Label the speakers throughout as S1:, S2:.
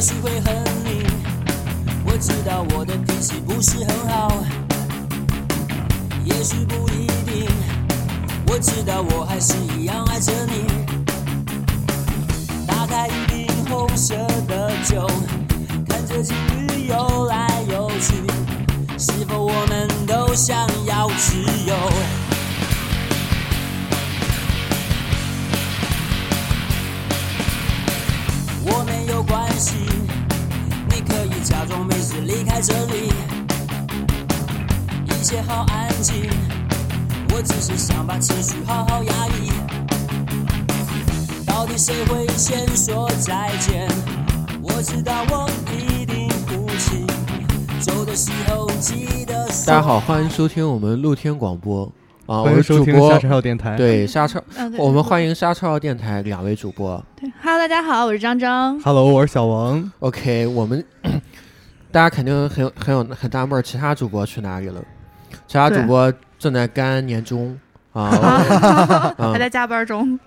S1: 许会很拧。我知道我的脾气不是很好，也许不一定。我知道我还是一样爱着你。打开一瓶红色的酒，看着情侣游来游去，是否我们都想要自由？我没有关系，你可以假装没事离开这里，一切好安静。我只是想把情绪好好压抑。到底谁会先说再见？我知道我一定哭泣，走的时候记得说。
S2: 大家好，欢迎收听我们露天广播啊，我
S3: 欢迎
S2: 是
S3: 收
S2: 主
S3: 听下
S2: 播
S3: 叉，号电台。，
S2: 对沙超，
S4: 嗯，对，
S2: 我们欢迎沙超电台两位主播。
S4: 对，Hello，大家好，我是张张。
S3: Hello，我是小王。
S2: OK，我们 大家肯定很很有很纳闷儿，其他主播去哪里了？其他主
S4: 对
S2: 播正在干年终 啊，嗯
S4: 还在加班中，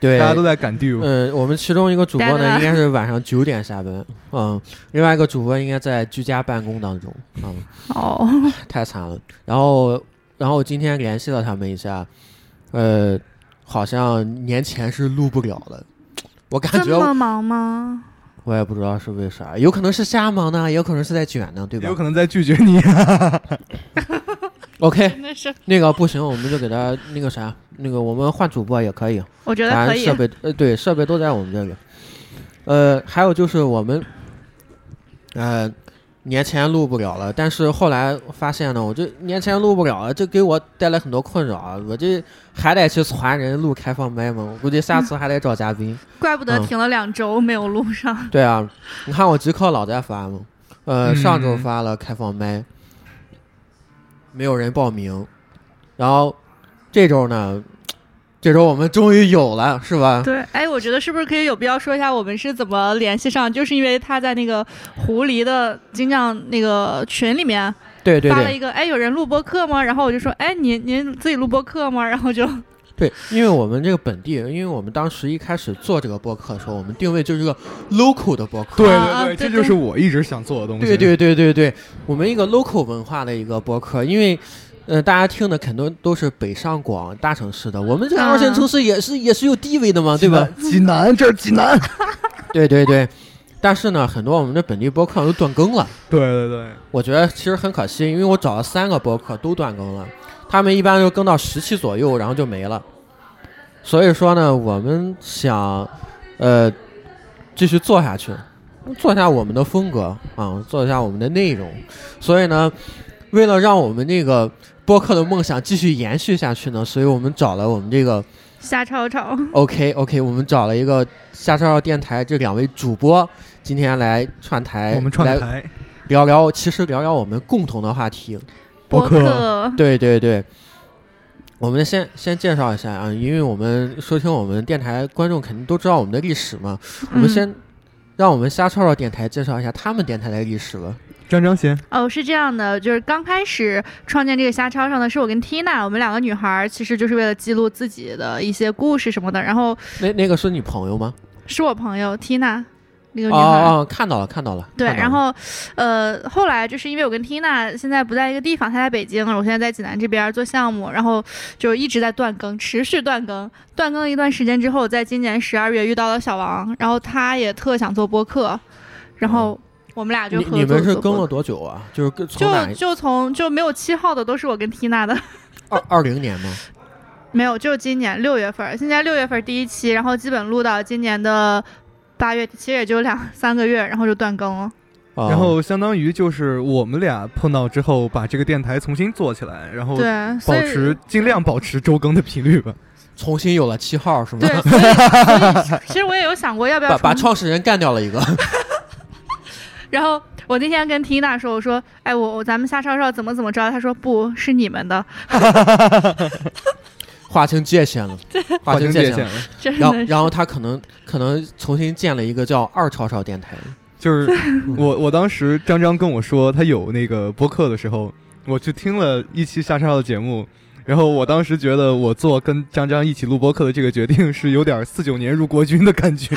S2: 对，
S3: 大家都在赶 due，、
S2: 嗯，我们其中一个主播
S4: 大家
S2: 呢，
S4: 都
S2: 应该是晚上九点下班，嗯，另外一个主播应该在居家办公当中，嗯，
S4: 哦，
S2: 太惨了。然后，然后我今天联系了他们一下，呃，好像年前是录不了了。我感
S4: 这
S2: 觉
S4: 么忙吗？
S2: 我也不知道是为啥，有可能是瞎忙呢，也有可能是在卷呢，对吧啊
S3: 有可能在拒绝你。
S2: ？OK，
S4: 真的是，
S2: 那个不行，我们就给他那个啥，那个我们换主播也可以，
S4: 我觉得
S2: 咱
S4: 可以啊
S2: 设。备呃对设备都在我们这里。呃，还有就是我们呃年前录不了了，但是后来发现呢，我这年前录不了了，这给我带来很多困扰啊！我这还得去传人录开放麦吗？我估计下次还得找嘉 宾。
S4: 怪不得
S2: 嗯
S4: 停了两周没有录上。
S2: 对啊，你看我即刻老在发嘛，呃，
S3: 嗯
S2: 上周发了开放麦，没有人报名，然后这周呢，这周我们终于有了，是吧？
S4: 对，哎，我觉得是不是可以有必要说一下我们是怎么联系上？就是因为他在那个狐狸的金匠那个群里面
S2: 对对
S4: 发
S2: 对
S4: 了一个，哎，有人录播课吗？然后我就说，哎，您您自己录播课吗？然后就
S2: 对，因为我们这个本地，因为我们当时一开始做这个播客的时候，我们定位就是个 local 的播客。
S3: 对
S4: 啊
S3: 对对，这
S4: 对
S3: 就是我一直想做的东西。
S2: 对对对对对，我们一个 local 文化的一个播客，因为。呃，大家听的肯定都是北上广大城市的，我们这个
S4: 啊
S2: 二线城市也是、也啊是有地位的嘛，对
S3: 济
S2: 吧
S3: 南？？济南，这是济 南。
S2: 对对对。但是呢，很多我们的本地播客都断更了，
S3: 对对对，
S2: 我觉得其实很可惜，因为我找了三个播客都断更了，他们一般就更到十期左右，然后就没了。所以说呢，我们想，呃，继续做下去，做一下我们的风格啊，做一下我们的内容。所以呢，为了让我们这个播客的梦想继续延续下去呢，所以我们找了我们这个
S4: 瞎吵吵。
S2: OK OK，我们找了一个下沙号电台这两位主播，今天来串台，
S3: 我们创
S2: 来
S3: 台
S2: 聊聊，其实聊聊我们共同的话题。
S3: 播
S4: 播
S3: 客，
S4: 客，
S2: 对对对，我们先先介绍一下啊，因为我们收听我们电台观众肯定都知道我们的历史嘛，我们
S4: 嗯
S2: 先让我们瞎吵吵电台介绍一下他们电台的历史吧。
S3: 张张贤，
S4: 哦，是这样的，就是刚开始创建这个虾超上的是我跟 Tina，我们两个女孩儿其实就是为了记录自己的一些故事什么的。然后
S2: 那那个是你朋友吗？
S4: 是我朋友 Tina 那个
S2: 哦
S4: 女孩儿，
S2: 哦，看到了看到了。
S4: 对。
S2: 看到了
S4: 然后，呃，后来就是因为我跟 Tina 现在不在一个地方，她在北京，我现在在济南这边儿做项目，然后就一直在断更，持续断更，断更了一段时间之后，在今年十二月遇到了小王，然后他也特想做播客，然后我们俩就合作
S2: 哦你你们是
S4: 做
S2: 更
S4: 播
S2: 了
S4: 客。
S2: 多久啊？就是跟从哪
S4: 就就从就没有七号的都是我跟 Tina 的，
S2: 二二零年吗？
S4: 没有，就今年六月份儿，现在六月份儿第一期，然后基本录到今年的八月，其实也就两三个月，然后就断更了。
S2: 哦
S3: 然后相当于就是我们俩碰到之后，把这个电台重新做起来，然后
S2: 哦
S4: 对，所
S3: 保
S4: 以
S3: 持尽量保持周更的频率吧。
S2: 重新有了七号是吗？
S4: 对， 所以所以其实我也有想过要不要
S2: 把把
S4: 重
S2: 创始人干掉了一个。
S4: 然后我那天跟缇娜说，我说，哎，我我咱们瞎吵吵怎么怎么着？她说不是你们的，
S2: 划清界限 了，划
S3: 划
S2: 清
S3: 清
S2: 界
S3: 界
S2: 限
S3: 限
S2: 了。
S3: 了，
S4: 真
S2: 然后，
S4: 的是。
S2: 然后他可能可能重新建了一个叫“二吵吵”电台。
S3: 就是我我当时张张跟我说他有那个播客的时候，我去听了一期下沙的节目，然后我当时觉 得我做跟张张一起录播客的这个决定是有点四九年入国军的感觉，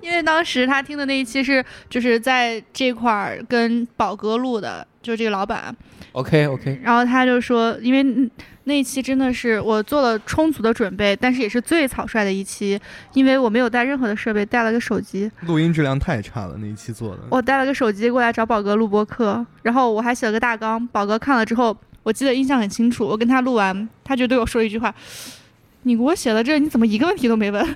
S4: 因为当时他听的那一期是就是在这块儿跟宝哥录的，就是这个老板，
S2: OK OK，
S4: 然后他就说，因为嗯那一期真的是我做了充足的准备，但是也是最草率的一期，因为我没有带任何的设备，带了个手机，
S3: 录音质量太差了，那一期做的。
S4: 我带了个手机过来找宝哥录播课，然后我还写了个大纲，宝哥看了之后，我记得印象很清楚，我跟他录完，他就对我说一句话：“你给我写了这，你怎么一个问题都没问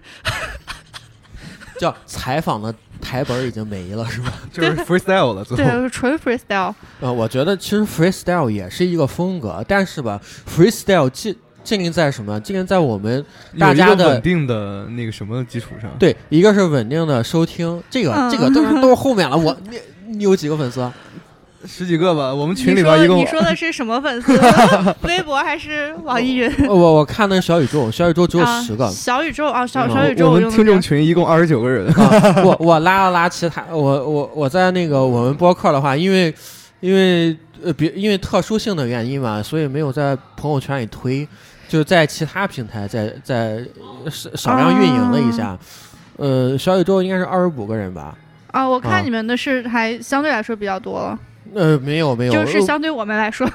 S2: 叫采访的台本儿已经没了是吧？
S3: 就是 freestyle 了，？”最
S4: 对，
S3: 后
S4: 我是纯 freestyle。
S2: 呃，我觉得其实 freestyle 也是一个风格，但是吧，freestyle 建建立在什么？建立在我们大
S3: 有一
S2: 家
S3: 个
S2: 的
S3: 稳定的那个什么基础上，
S2: 对，一个是稳定的收听，这个、
S4: 嗯
S2: 这个都是都是后面了。我你你有几个粉丝 啊？
S3: 十几个吧，我们
S4: 你
S3: 群里
S4: 说
S3: 边一共
S4: 你说的是什么粉丝？ 微博还是网易云？
S2: 呃我我看那个小宇宙，小宇宙只有
S4: 啊
S2: 十个。
S4: 小宇宙啊，小
S2: 嗯
S4: 小宇
S3: 哦我
S4: 宙
S3: 我们
S4: 用的
S3: 听
S4: 比较
S3: 众群一共二十九个人，
S2: 啊、我我拉了拉其他，我我我在那个我们播客的话，因为因为呃别因为特殊性的原因嘛，所以没有在朋友圈里推，就在其他平台在在呃少少量运营了一下。呃，小宇宙应该是二十五个人吧？
S4: 啊，我
S2: 啊
S4: 看你们的是还相对来说比较多了，
S2: 呃，没有
S3: 哎
S2: 没有，
S4: 就是
S2: 呃
S4: 相对我们 来说，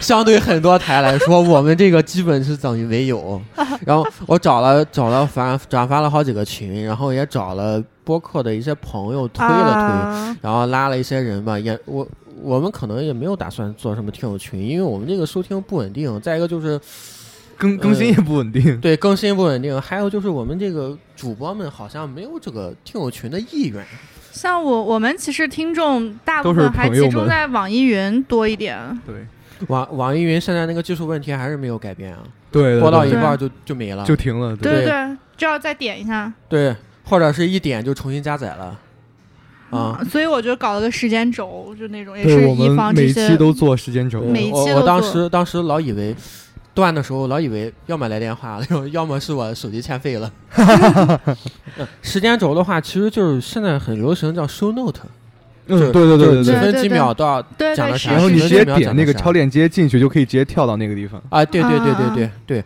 S2: 相对很多台来说，我们这个基本是等于没有。
S4: 啊
S2: 然后我找了找了反转发了好几个群，然后也找了播客的一些朋友推了推，
S4: 啊
S2: 然后拉了一些人吧。也我我们可能也没有打算做什么听友群，因为我们这个收听不稳定。再一个就是
S3: 更更新也不稳定。
S2: 对更新不稳定，还有就是我们这个主播们好像没有这个听友群的意 愿。
S4: 像我我们其实听众大部
S3: 都是
S4: 分还
S3: 朋友
S4: 集
S3: 们
S4: 中在网易云多一点，
S3: 对
S2: 网网易云现在那个技术问题还是没有改变啊，
S3: 对，
S2: 播到一
S3: 对
S2: 半就就没了。
S3: 就停了。对，啊
S4: 对
S2: 对
S4: 对，就要再点一下。
S2: 对，或者是一点就重新加载了。啊、
S4: 嗯所以我就搞了个时间轴，就那种也
S3: 对
S4: 是
S3: 我
S4: 以
S3: 们
S4: 防
S3: 每
S4: 这
S3: 一期
S4: 些
S3: 都做时间轴
S2: 对，
S4: 每一期
S2: 我
S4: 都
S2: 我当
S4: 做
S2: 时当时老以为断的时候，老以为要么来电话了， 要么是我手机欠费了。呃时间轴的话，其实就是现在很流行叫 show note，
S3: 嗯，
S2: 就
S3: 对对
S2: 就
S3: 对
S2: 是几
S3: 对。
S2: 分
S4: 对
S2: 几
S4: 对
S2: 秒都要
S4: 对
S2: 讲
S4: 对
S2: 了
S4: 是
S2: 啥
S3: 然后
S2: 是
S3: 你
S2: 是
S3: 直接
S2: 是秒
S3: 点
S2: 讲
S3: 那
S2: 的
S3: 个
S2: 啥
S3: 超链接进去，就可以直接跳到那个地方。
S2: 啊，对对对
S4: 啊啊
S2: 对对对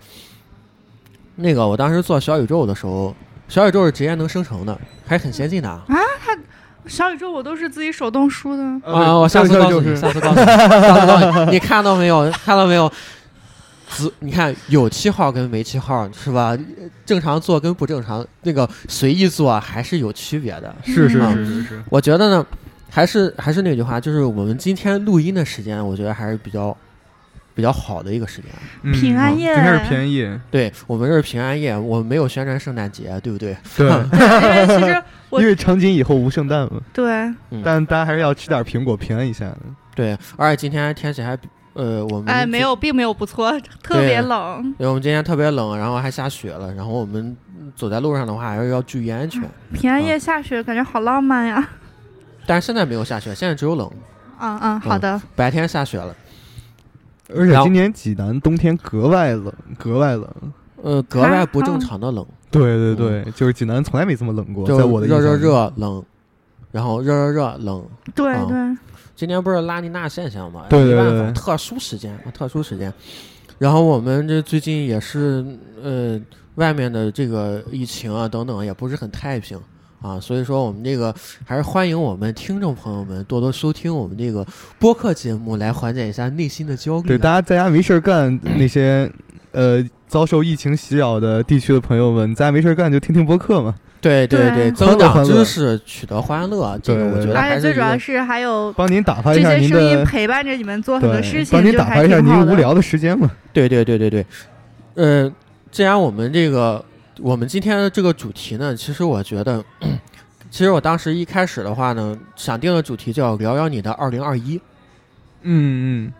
S2: 那个我当时做小宇宙的时候，小宇宙是直接能生成的，还很先进的啊。
S4: 小宇宙我都是自己手动输的，
S3: 呃
S2: 啊，我下次告诉
S3: 就
S2: 你，
S3: 是
S2: 下次告诉你，下次告诉你，你看到没有？看到没有？子，你看有七号跟没七号是吧？正常做跟不正常，那个随意做啊还是有区别的。
S3: 是是
S2: 嗯
S3: 是是是，
S2: 我觉得呢，还是还是那句话，就是我们今天录音的时间，我觉得还是比较比较好的一个时间。
S3: 嗯
S4: 平安
S3: 好
S4: 夜
S3: 今天是平安 夜，
S2: 对我们这是平安夜，我们没有宣传圣诞节，对不对？
S3: 对，
S4: 因为 其实我
S3: 因为长今以后无圣诞了，
S4: 对
S2: 嗯
S3: 但大家还是要吃点苹果平安一下的。
S2: 对，而且今天天气还呃，我们
S4: 哎没
S2: 有。
S4: 有并没有不错，特
S2: 对
S4: 别冷，
S2: 因为我们今天特别冷，然后还下雪了，然后我们走在路上的话，还是要注意安全。
S4: 平安
S2: 啊
S4: 夜下雪感觉好浪漫呀。
S2: 但是现在没有下雪，现在只有冷，
S4: 嗯嗯，好的。
S2: 白天下雪了，
S3: 而且
S2: 然后
S3: 今年济南冬天格外冷，格外冷。
S2: 呃，格外不正常的冷，
S3: 对对对，就是济南从来没这么冷过，在
S2: 就
S3: 我的印
S2: 热
S3: 象
S2: 热
S3: 中，
S2: 热冷，然后热热热冷。
S4: 对
S2: 啊
S4: 对，
S2: 今年不是拉尼娜现象嘛，
S3: 对对
S2: 没办
S3: 对
S2: 法，特殊时间，特殊时间。然后我们这最近也是，呃，外面的这个疫情啊等等，也不是很太平啊，所以说我们这个还是欢迎我们听众朋友们多多收听我们这个播客节目，来缓解一下内心的焦虑。
S3: 对大家在家没事儿干，那些呃遭受疫情袭扰的地区的朋友们，在家没事儿干就听听播客嘛，
S2: 对对对，
S3: 啊
S4: 对
S2: 增
S3: 欢
S2: 长
S3: 乐欢乐
S2: 知识，取得欢乐，这个
S3: 对对
S2: 我觉
S3: 对
S2: 得
S4: 而
S2: 还
S4: 且最
S2: 是一
S4: 主要
S2: 个
S4: 是还有
S3: 帮您打发
S4: 这
S3: 一下
S4: 些
S3: 您
S4: 声音
S3: 的，
S4: 陪伴着你们做很多事
S3: 对，
S4: 情，
S3: 帮您
S4: 就
S3: 打
S4: 还
S3: 发一下
S4: 挺
S3: 您
S4: 好
S3: 无
S4: 的。
S3: 聊的时间嘛。
S2: 对对对对对，呃，既然我们这个我们今天的这个主题呢，其实我觉得， 其实我当时一开始的话呢，想定的主题叫“聊聊你的二零二一
S3: 嗯嗯，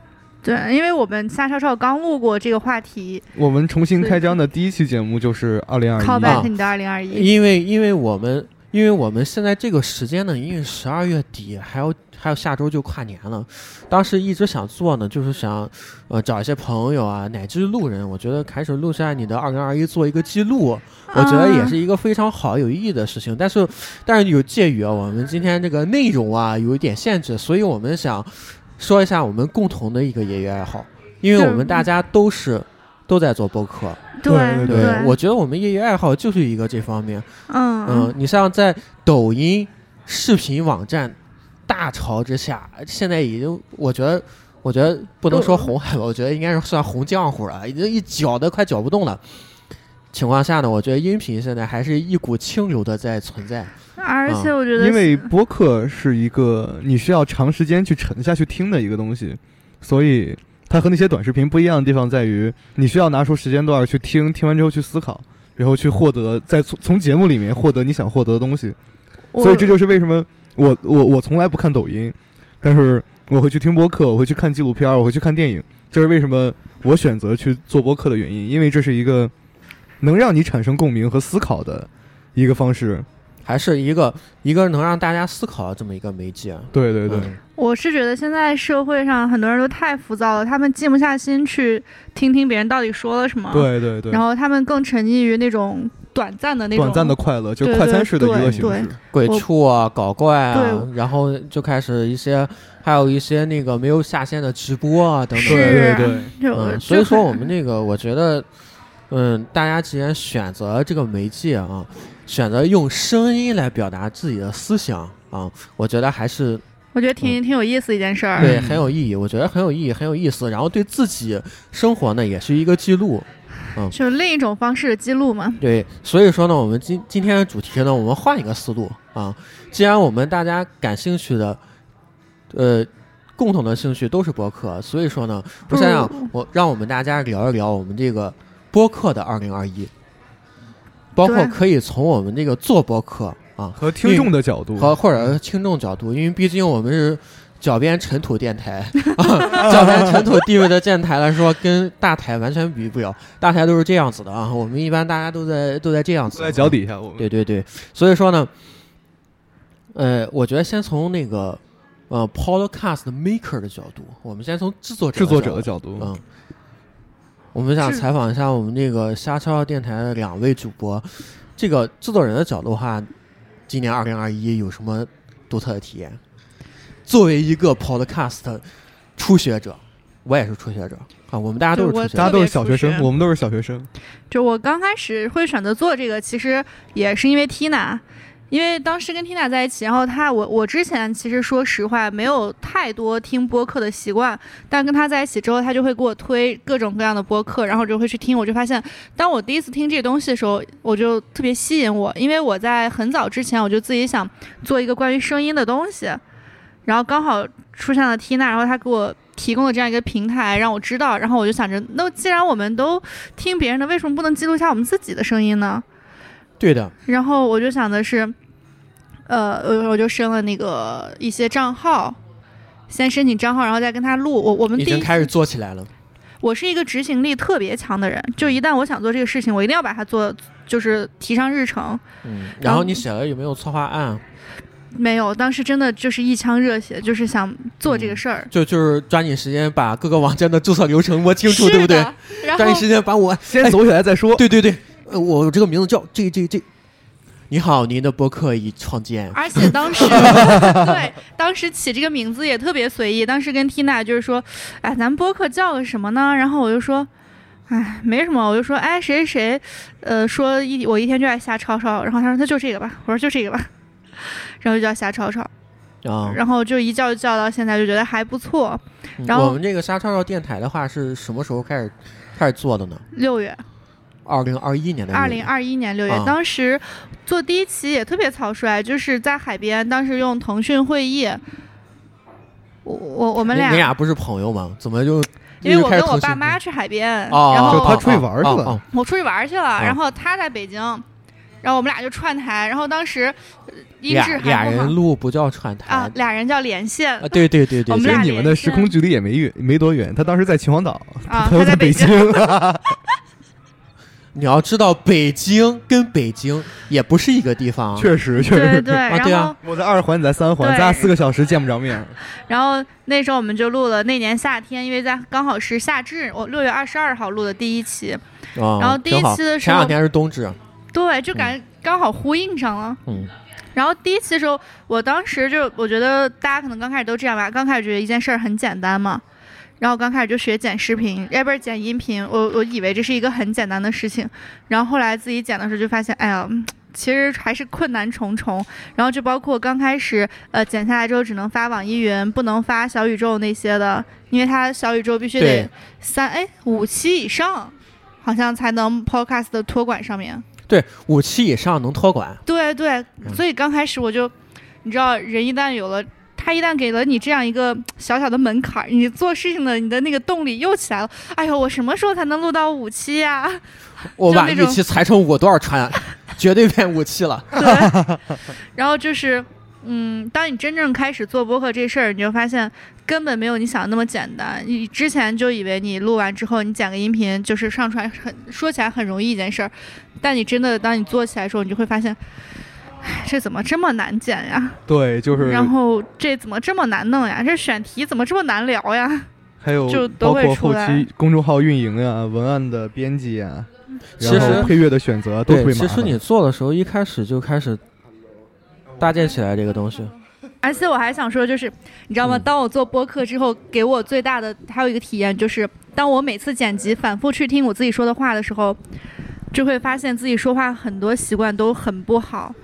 S4: 对，因为我们夏少少刚录过这个话题
S3: 我们重新开张的第一期节目就是二零二一。
S2: back
S4: ，callback 你的二零二”，一，
S2: 因为因为我们因为我们现在这个时间呢，因为十二月底还有还有下周就跨年了，当时一直想做呢，就是想呃找一些朋友啊，乃至路人，我觉得开始录下你的二零二一做一个记录，我觉得
S4: 啊
S2: 也是一个非常好、有意义的事情，但是，但是有介于啊，我们今天这个内容啊有一点限制，所以我们想说一下我们共同的一个业余爱好，因为
S4: 就是
S2: 我们大家都是都在做播客，
S4: 啊对
S3: 对对
S4: 对，
S2: 我觉得我们业余爱好就是一个这方面。
S4: 嗯
S2: 嗯，你像在抖音视频网站大潮之下，现在已经我觉得，我觉得不能说红海吧，我觉得应该是算红浆糊了，已经一搅的快搅不动了。情况下呢，我觉得音频现在还是一股清流的在存在。
S4: 而
S2: 嗯
S4: 且我觉得，
S3: 因为播客是一个你需要长时间去沉下去听的一个东西，所以它和那些短视频不一样的地方在于，你需要拿出时间段去听，听完之后去思考，然后去获得，再从从节目里面获得你想获得的东西。所以这就是为什么我我我从来不看抖音，但是我会去听播客，我会去看纪录片，我会去看电影。这是为什么我选择去做播客的原因，因为这是一个能让你产生共鸣和思考的一个方式。
S2: 还是一个一个能让大家思考的这么一个媒介。
S3: 对对对，
S2: 嗯
S4: 我是觉得现在社会上很多人都太浮躁了，他们静不下心去听听别人到底说了什么，，
S3: 对对对。
S4: 然后他们更沉溺于那种短暂的那种
S3: 短暂的。快乐，就
S4: 对
S3: 快
S4: 对
S3: 餐式的娱乐形
S4: 对
S3: 式。
S2: 鬼畜啊，搞怪啊，
S4: 对
S2: 然后就开始一些，还有一些那个没有下线的直播啊等等。
S4: 是
S3: 对对
S4: 就
S2: 嗯，
S4: 就
S2: 所以说
S4: 很
S2: 我们那个，我觉得，嗯，大家既然选择这个媒介啊，选择用声音来表达自己的思想啊，我觉得还是
S4: 我觉得
S3: 嗯
S4: 挺挺有意思的一件事儿。
S2: 对很有意义，我觉得很有意义，很有意思，然后对自己生活呢也是一个记录。
S4: 就另一种方式的记录嘛。
S2: 对，所以说呢，我们今今天的主题呢，我们换一个思路啊。既然我们大家感兴趣的，呃，共同的兴趣都是播客，所以说呢，我想想
S4: 嗯，
S2: 我让我们大家聊一聊我们这个播客的二零二一，包括
S4: 对
S2: 可以从我们这个做播客啊
S3: 和听众的角度，
S2: 和或者是听众角度，因为毕竟我们是。脚边尘土电台， 啊，脚边尘土地位的电台来说，跟大台完全比不了。大台都是这样子的啊，我们一般大家都在都在这样子，啊
S3: 坐在脚底下，我们
S2: 对对对，所以说呢，呃，我觉得先从那个呃 podcast maker 的角度，我们先从制作者
S3: 制作者的
S2: 角
S3: 角度，
S2: 嗯，我们想
S4: 制
S2: 采访一下我们这个瞎敲电台的两位主播，这个制作人的角度的话，今年二零二一有什么独特的体验？作为一个 podcast 初学者，我也是初学者啊，我们大家都是
S4: 对
S2: 初
S4: 我
S2: 学
S3: 大
S2: 者
S3: 家，都是小学
S4: 特别
S3: 生，
S4: 初学
S3: 我们都是小学生，
S4: 就我刚开始会选择做这个，其实也是因为 Tina，因为当时跟 Tina 在一起，然后她我我之前其实说实话没有太多听播客的习惯，但跟她在一起之后，她就会给我推各种各样的播客，然后我就会去听，我就发现，当我第一次听这些东西的时候，我就特别吸引我，因为我在很早之前我就自己想做一个关于声音的东西，然后刚好出现了 Tina，然后她给我。提供了这样一个平台，让我知道，然后我就想着，那既然我们都听别人的，为什么不能记录一下我们自己的声音呢？
S2: 对的，
S4: 然后我就想的是，呃，我我就申了那个一些账号，先申请账号，然后再跟他录。我我们
S2: 已
S4: 第
S2: 经
S4: 一，
S2: 开始做起来了。
S4: 我是一个执行力特别强的人，就一旦我想做这个事情，我一定要把它做，就是提上日程。
S2: 嗯，然
S4: 然
S2: 后
S4: 后
S2: 你写了有没有策划案？
S4: 没有，当时真的就是一腔热血，就是想
S2: 嗯
S4: 做这个事儿。
S2: 就就是抓紧时间把各个网站的注册流程摸清楚，
S4: 是
S2: 对不对？
S4: 的？然
S2: 抓紧
S4: 后
S2: 时间把我，
S3: 先走起来再说。
S2: 对对对，呃，我这个名字叫这这这。你好，您的博客已创建。 啊
S4: 而且当时，对，当时起这个名字也特别随意。当时跟 Tina 就是说，哎，咱们播客叫个什么呢？然后我就说，哎，没什么，我就说，哎，谁谁谁，呃，说一我一天就爱瞎吵吵。然后他说，那就这个吧。我说就这个吧。 然后就叫瞎吵吵，
S2: 啊，
S4: 然后就一叫就叫到现在，就觉得还不错。
S2: 嗯
S4: 然后
S2: 我们这个沙超超电台的话是什么时候开始开始做的呢？
S4: 六月，
S2: 二零二一年的
S4: 二零二一年六月，
S2: 啊
S4: 当时做第一期也特别草率，就是在海边，当时用腾讯会议，我我我
S2: 我
S4: 们
S2: 你俩不是朋友吗？怎么就
S4: 因为我
S2: 就开
S4: 跟
S2: 始
S4: 我
S2: 腾讯
S4: 爸妈去海边，
S2: 哦，
S4: 然
S3: 就他
S4: 后
S3: 出去玩儿去了
S2: 哦哦
S4: 我出去玩去了，
S2: 啊
S4: 然后他在北京，然后我们俩就串台，然后当时呃音
S2: 俩
S4: 质
S2: 俩
S4: 还不好
S2: 人录不叫串台
S4: 啊，俩人叫连线
S2: 啊，对对对对
S4: 我们
S2: 对
S4: 俩
S3: 其实你们的时空距离也没远，没多远。他当时在秦皇岛，
S4: 啊，
S3: 朋友在
S4: 他在北
S3: 京
S4: 京，，
S2: 你要知道，北京跟北京也不是一个地方啊。
S3: 确实确
S4: 对 对
S3: 实。
S4: 对，然
S2: 对啊
S4: 后
S3: 我在二环，你在三环，
S4: 对
S3: 咱俩四个小时见不着面。
S4: 然后那时候我们就录了那年夏天，因为在刚好是夏至，我六月二十二号录的第一期，
S2: 啊
S4: 然后第一
S2: 挺好
S4: 期的时
S2: 前两
S4: 候
S2: 天是冬至，
S4: 对，就感觉刚好呼应上了。
S2: 嗯，
S4: 然后第一期的时候，我当时就我觉得大家可能刚开始都这样吧，刚开始觉得一件事儿很简单嘛，然后我刚开始就学剪视频，哎，不是剪音频，我我以为这是一个很简单的事情，然后后来自己剪的时候就发现，哎呀。嗯其实还是困难重重，然后就包括刚开始，呃，剪下来之后只能发网易云，不能发小宇宙那些的，因为它小宇宙必须得
S2: 对
S4: 三哎五期以上，好像才能 podcast 的托管上面。
S2: 对，五期以上能托管，
S4: 对对，
S2: 嗯
S4: 所以刚开始我就，你知道，人一旦有了，他一旦给了你这样一个小小的门槛儿，你做事情的你的那个动力又起来了。哎呦，我什么时候才能录到五期啊呀、
S2: 我
S4: 就
S2: 把
S4: 那
S2: 一
S4: 种
S2: 期裁成五多少传，绝对变五期了。
S4: 对，然后就是，嗯，当你真正开始做播客这事儿，你就发现根本没有你想的那么简单。你之前就以为你录完之后，你剪个音频就是上传很，说起来很容易一件事儿，但你真的当你做起来的时候，你就会发现，哎，这怎么这么难剪呀？
S3: 对，就是
S4: 然后这怎么这么难弄呀？这选题怎么这么难聊呀？
S3: 还有
S4: 就
S3: 包
S4: 都会
S3: 括
S4: 出
S3: 后
S4: 来
S3: 期公众号运营呀、文案的编辑呀，
S2: 其
S3: 然后
S2: 实
S3: 配乐的选择都特
S2: 对，
S3: 别
S2: 其
S3: 麻
S2: 实你
S3: 烦。
S2: 做的时候一开始就开始搭建起来这个东西，
S4: 而且我还想说，就是你知道吗？
S2: 嗯
S4: 当我做播客之后，给我最大的还有一个体验就是，当我每次剪辑反复去听我自己说的话的时候，就会发现自己说话很多习惯都很不好。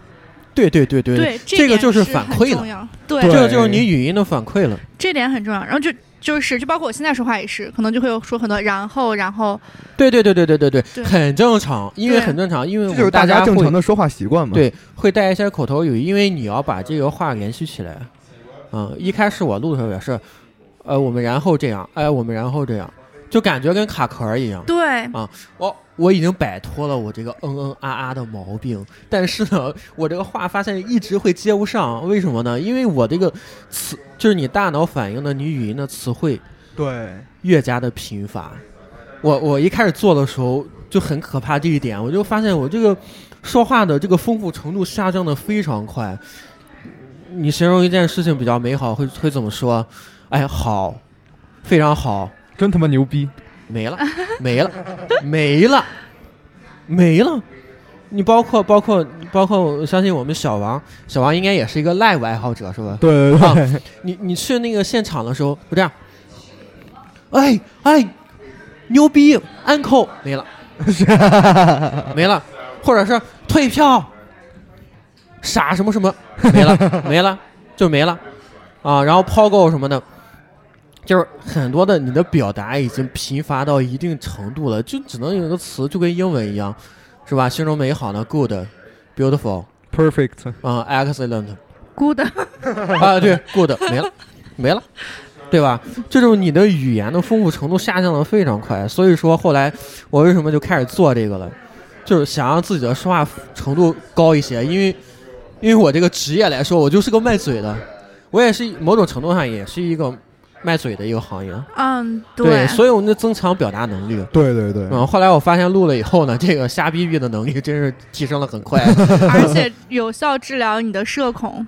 S2: 对对对对
S4: 对，
S2: 这个
S4: 点
S2: 就是
S4: 是
S2: 反
S4: 很
S2: 馈
S4: 重
S2: 了
S4: 要。对，
S2: 这
S3: 对
S2: 个就是你语音的反馈了。
S4: 这点很重要。然后就就是，就包括我现在说话也是，可能就会有说很多然后然后
S2: 对对对对对对对，
S4: 对
S2: 很正常，因为
S4: 对
S2: 很正常，因为
S3: 这
S2: 我
S3: 就是
S2: 们
S3: 大
S2: 家
S3: 正
S2: 会
S3: 常的说话习惯嘛。
S2: 对会带一些口头语，因为你要把这个话联系起来。嗯，一开始我录的时候也是，呃，我们然后这样，哎，我们然后这样，就感觉跟卡壳儿一样。
S4: 对
S2: 我哦我已经摆脱了我这个嗯嗯啊啊的毛病，但是呢， 我这个话发现一直会接不上，为什么呢？因为我这个词就是你大脑反应的你语音的词汇
S3: 对，
S2: 越加的贫乏。我我一开始做的时候就很可怕这一点，我就发现我这个说话的这个丰富程度下降的非常快。你形容一件事情比较美好，会会怎么说？哎，好，非常好，
S3: 真他妈牛逼！
S2: 没了，没了，没了，没了。你包括包括包括，我相信我们小王，小王应该也是一个 live 爱好者是吧？
S3: 对对
S2: 啊
S3: 对，
S2: 你你去那个现场的时候，就这样，哎哎，牛逼，uncle 没了， 没了，或者是退票，傻什么什么没了没了就没了啊，然后抛购什么的，就是很多的你的表达已经贫乏到一定程度了，就只能有一个词，就跟英文一样，是吧？形容美好的 good。beautiful，
S3: perfect，
S2: 啊、excellent，
S4: good
S2: 啊，对，good 没了，没了，对吧？这种你的语言的丰富程度下降的非常快，所以说后来我为什么就开始做这个了，就是想让自己的说话程度高一些，因为因为我这个职业来说，我就是个卖嘴的，我也是某种程度上也是一个卖嘴的一个行业，
S4: 嗯
S2: 所以我们就增强表达能力。
S3: 对对对，
S2: 嗯，后来我发现录了以后呢，这个瞎逼逼的能力真是提升了很快，
S4: 而且有效治疗你的社恐。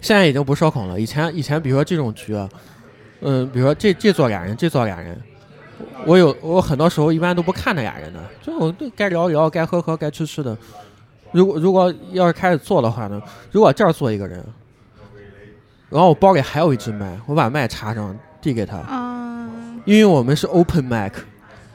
S2: 现在已经不社恐了。以前以前，比如说这种局，啊，嗯，比如说这这桌俩人，这桌俩人，我有我很多时候一般都不看那俩人的，就我对该聊聊，该喝喝，该吃吃的。如果如果要是开始做的话呢，如果这儿坐一个人，然后我包里还有一支麦，我把麦插上递给他，
S4: 嗯
S2: 因为我们是 open mic，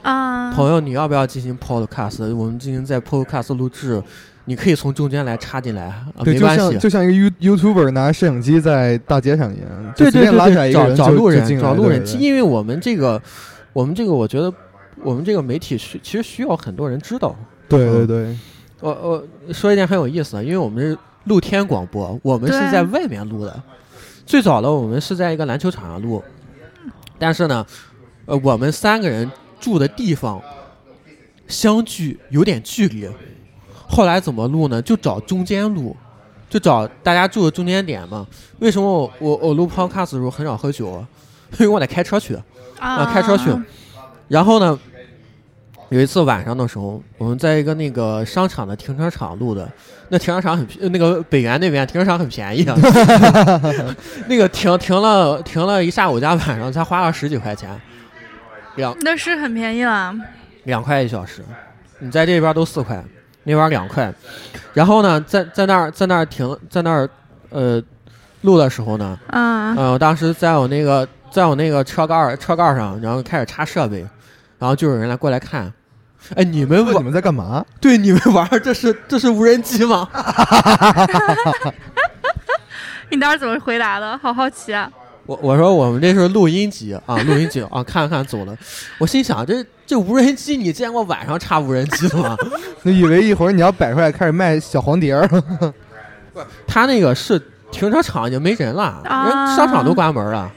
S4: 嗯，
S2: 朋友，你要不要进行 podcast？我们进行在 podcast 录制，你可以从中间来插进来，啊、
S3: 对，
S2: 没
S3: 就
S2: 关
S3: 像
S2: 系。
S3: 就像一个 You YouTuber 拿摄影机在大街上一样，就
S2: 对对
S3: 随便拉
S2: 对
S3: 起来
S2: 对，
S3: 一个
S2: 找
S3: 人
S2: 找
S3: 就
S2: 路
S3: 就进
S2: 人，
S3: 来
S2: 找路
S3: 对
S2: 人，
S3: 对
S2: 因为我们这个，我们这个，我觉得我们这个媒体需其实需要很多人知道。
S3: 对对对，
S2: 我我说一件很有意思的，因为我们是露天广播，我们是
S4: 对
S2: 在外面录的。最早的我们是在一个篮球场上录，但是呢，呃，我们三个人住的地方相距有点距离。后来怎么录呢？就找中间录，就找大家住的中间点嘛。为什么我我我录 podcast 的时候很少喝酒啊？因为我得开车去。啊，开车去。然后呢，有一次晚上的时候，我们在一个那个商场的停车场录的。那停车场很便那个北园那边停车场很便宜啊，那个停停了停了一下午加晚上才花了十几块钱，两
S4: 那是很便宜了。
S2: 两块一小时，你在这边都四块，那边两块。然后呢，在在那儿在那儿停在那儿呃录的时候呢，
S4: 嗯
S2: 嗯、我当时在我那个在我那个车盖儿车盖儿上，然后开始插设备，然后就有人来过来看。哎，你们
S3: 问你
S2: 玩
S3: 们在干嘛？
S2: 对你们玩儿这是这是无人机吗？
S4: 你当时怎么回答的？好好奇啊！
S2: 我我说我们这是录音机啊，录音机啊，看看走了。我心想这这无人机你见过晚上插无人机的吗？
S3: 那以为一会儿你要摆出来开始卖小黄碟儿，
S2: 他那个是停车场就没人了，
S4: 啊
S2: 人商场都关门了。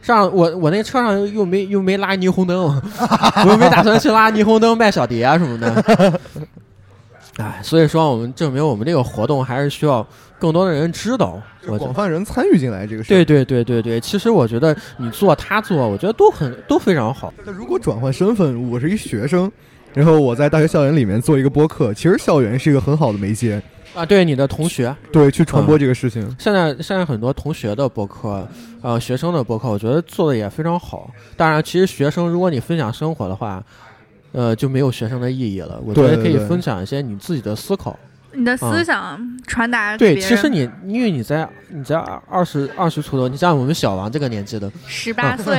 S2: 上我我那车上又又没又没拉霓虹灯， 我又没打算去拉霓虹灯卖小碟啊什么的。哎，所以说我们证明我们这个活动还是需要更多的人知道。我觉得
S3: 广泛人参与进来这个事儿。
S2: 对对对对对，其实我觉得你做他做，我觉得都很都非常好。
S3: 那如果转换身份，我是一学生，然后我在大学校园里面做一个播客，其实校园是一个很好的媒介，
S2: 啊，对你的同学，
S3: 对，去传播这个事情。
S2: 现在现在很多同学的博客，呃，学生的博客，我觉得做的也非常好。当然，其实学生如果你分享生活的话，呃，就没有学生的意义了。我觉得
S3: 对
S2: 可
S3: 对
S2: 以
S3: 对
S2: 分享一些你自己的思考。
S4: 你的思想传达给
S2: 对，
S4: 别人。
S2: 其实你因为你在你在二十二十出头，你像我们小王这个年纪的，
S4: 十
S2: 啊
S4: 八 岁，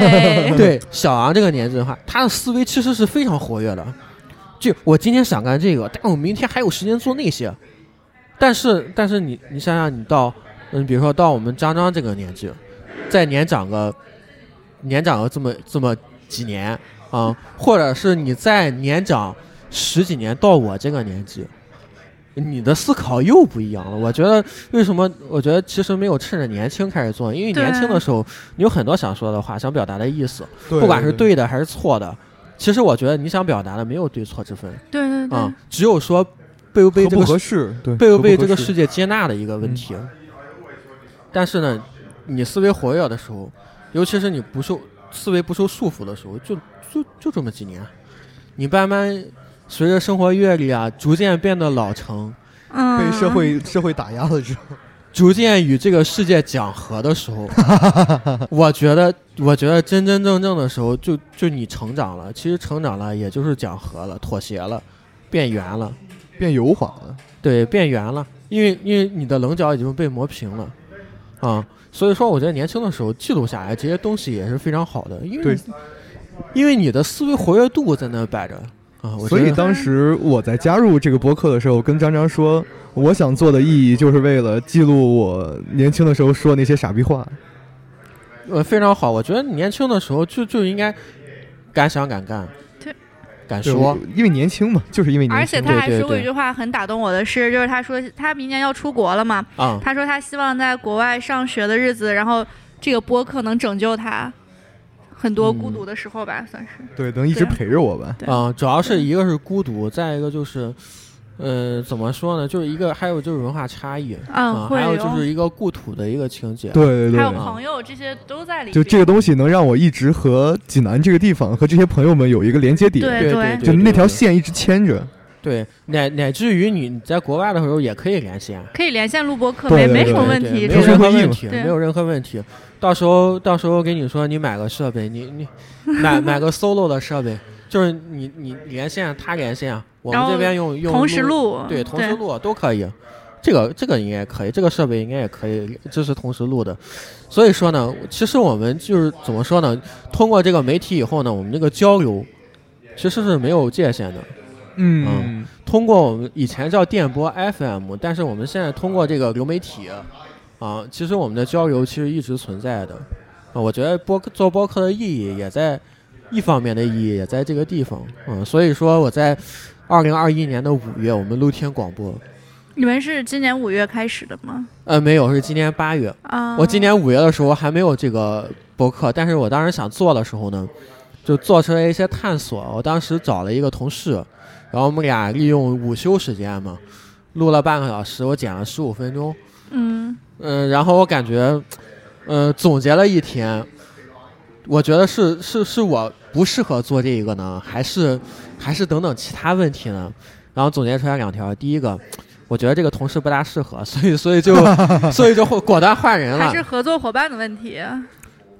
S2: 对小王这个年纪的话，他的思维其实是非常活跃的。就我今天想干这个，但我明天还有时间做那些。但是，但是你你想想，你到嗯，比如说到我们张张这个年纪，再年长个年长个这么这么几年啊、或者是你再年长十几年，到我这个年纪。你的思考又不一样了。我觉得为什么？我觉得其实没有趁着年轻开始做，因为
S4: 对
S2: 年轻的时候你有很多想说的话、想表达的意思，
S3: 对
S2: 不管是对的还是错的，其实我觉得你想表达的没有对错之分
S4: 对对嗯对
S2: 啊，只有说被不被
S3: 合
S2: 这
S3: 不
S2: 个
S3: 合
S2: 世
S3: 适，对，
S2: 被不嗯
S3: 合
S2: 被
S3: 合
S2: 这个
S3: 适
S2: 世界接纳的一个问题。但是呢，你思维活跃的时候，尤其是你不受思维不受束缚的时候，就就就这么几年，你慢慢随着生活阅历啊，逐渐变得老成，
S4: 嗯，
S2: 啊
S3: 被社会社会打压了之后，
S2: 逐渐与这个世界讲和的时 候，我觉得，我觉得真真正正的时候就，就你成长了。其实成长了，也就是讲和了，妥协了，变圆了，
S3: 变油滑了。
S2: 对，变圆了。因为因为你的棱角已经被磨平了，啊，所以说我觉得年轻的时候记录下来这些东西也是非常好的，因为
S3: 对
S2: 你因为你的思维活跃度在那摆着啊，我
S3: 所
S2: 觉
S3: 以
S2: 得
S3: 当时我在加入这个播客的时候，跟张张说，我想做的意义就是为了记录我年轻的时候说那些傻逼话。
S2: 呃非常好。我觉得你年轻的时候就就应该敢想敢干，
S4: 对，
S2: 敢
S3: 对
S2: 说。，
S3: 因为年轻嘛，就是因为
S4: 而
S3: 年
S4: 且
S3: 轻。
S4: 他还
S2: 对对
S4: 说过
S2: 对
S4: 一句话很打动我的是，就是他说他明年要出国了嘛，
S2: 啊、
S4: 他说他希望在国外上学的日子，然后这个播客能拯救他很多孤独的时候
S2: 嗯
S4: 吧，算是。
S3: 对，能一直
S4: 对
S3: 陪着我吧。
S4: 对嗯
S2: 啊、主要是一个是孤独，再一个就是，呃，怎么说呢？就是一个，还有就是文化差异，
S4: 嗯
S2: 啊、
S4: 会
S2: 还有
S4: 有
S2: 就是一个故土的一个啊情节。
S3: 对对
S4: 还
S3: 对
S4: 有，朋友，这些都在里面。
S3: 就这个东西能让我一直和济南这个地方和这些朋友们有一个连接点，
S4: 对
S2: 对
S4: 对
S2: 对，
S3: 就
S2: 对
S3: 那条，线一直牵着。
S2: 对乃乃至于你你在国外的时候也可以连线，
S4: 可以连线录播客，
S3: 对
S4: 没
S3: 对对
S4: 没
S2: 对
S4: 什么问
S2: 对
S4: 题。
S2: 没有
S3: 个
S4: 这
S2: 任何
S3: 会议
S2: 问
S3: 嘛
S2: 题，
S4: 对
S2: 没有任何问题。到时候到时候跟你说，你买个设备，你你买买个 solo 的设备，就是你你连线，他连线，我
S4: 然
S2: 们
S4: 后
S2: 这边用
S4: 个
S2: 用
S4: 同时，录，
S2: 对，同时录啊都可以。这个这个应该也可以，这个设备应该也可以支持同时录的。所以说呢，其实我们就是怎么说呢？通过这个媒体以后呢，我们这个交流其实是没有界限的。
S3: 嗯，
S2: 通过我们以前叫电波 FM，但是我们现在通过这个流媒体啊，其实我们的交流其实一直存在的。啊，我觉得播客做播客的意义也在一方面的意义也在这个地方。嗯，所以说我在二零二一年的五月，我们露天广播，
S4: 你们是今年五月开始的吗？
S2: 呃，没有，是今年八月。
S4: 啊，
S2: 我今年五月的时候还没有这个博客，但是我当时想做的时候呢，就做出来一些探索。我当时找了一个同事，然后我们俩利用午休时间嘛，录了半个小时，我剪了十五分钟。
S4: 嗯，
S2: 嗯、然后我感觉，呃，总结了一天，我觉得是是是我不适合做这一个呢，还是还是等等其他问题呢？然后总结出来两条，第一个。我觉得这个同事不大适合， 所以所以就所以就果断换人了。
S4: 还是合作伙伴的问题。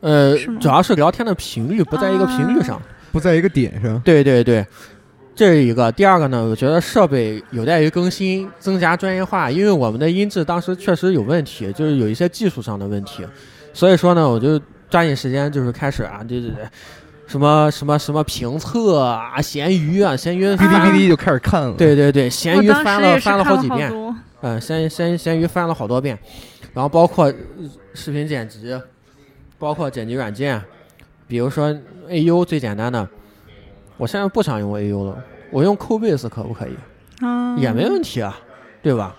S2: 呃
S4: 是吗，
S2: 主要是聊天的频率不在一个频率上。
S3: 不在一个点上。
S2: 对对对，这是一个。第二个呢，我觉得设备有待于更新，增加专业化，因为我们的音质当时确实有问题，就是有一些技术上的问题。所以说呢，我就抓紧时间就是开始啊，对对对，什么什么什么评测啊，闲鱼啊，闲鱼
S3: 哔
S2: 翻
S3: 哩
S2: 了
S3: 哔哩就开始看了，，
S2: 对对对，
S4: 我
S2: 闲鱼
S4: 当
S2: 翻
S4: 时
S2: 了
S4: 也是
S2: 翻
S4: 看
S2: 了
S4: 了
S2: 好几遍，
S4: 多
S2: 嗯，闲闲闲鱼翻了好多遍，然后包括呃视频剪辑，包括剪辑软件，比如说 AU 最简单的，我现在不想用 AU 了，我用 Cubase 可不可以？
S4: 嗯，
S2: 也没问题啊，对吧？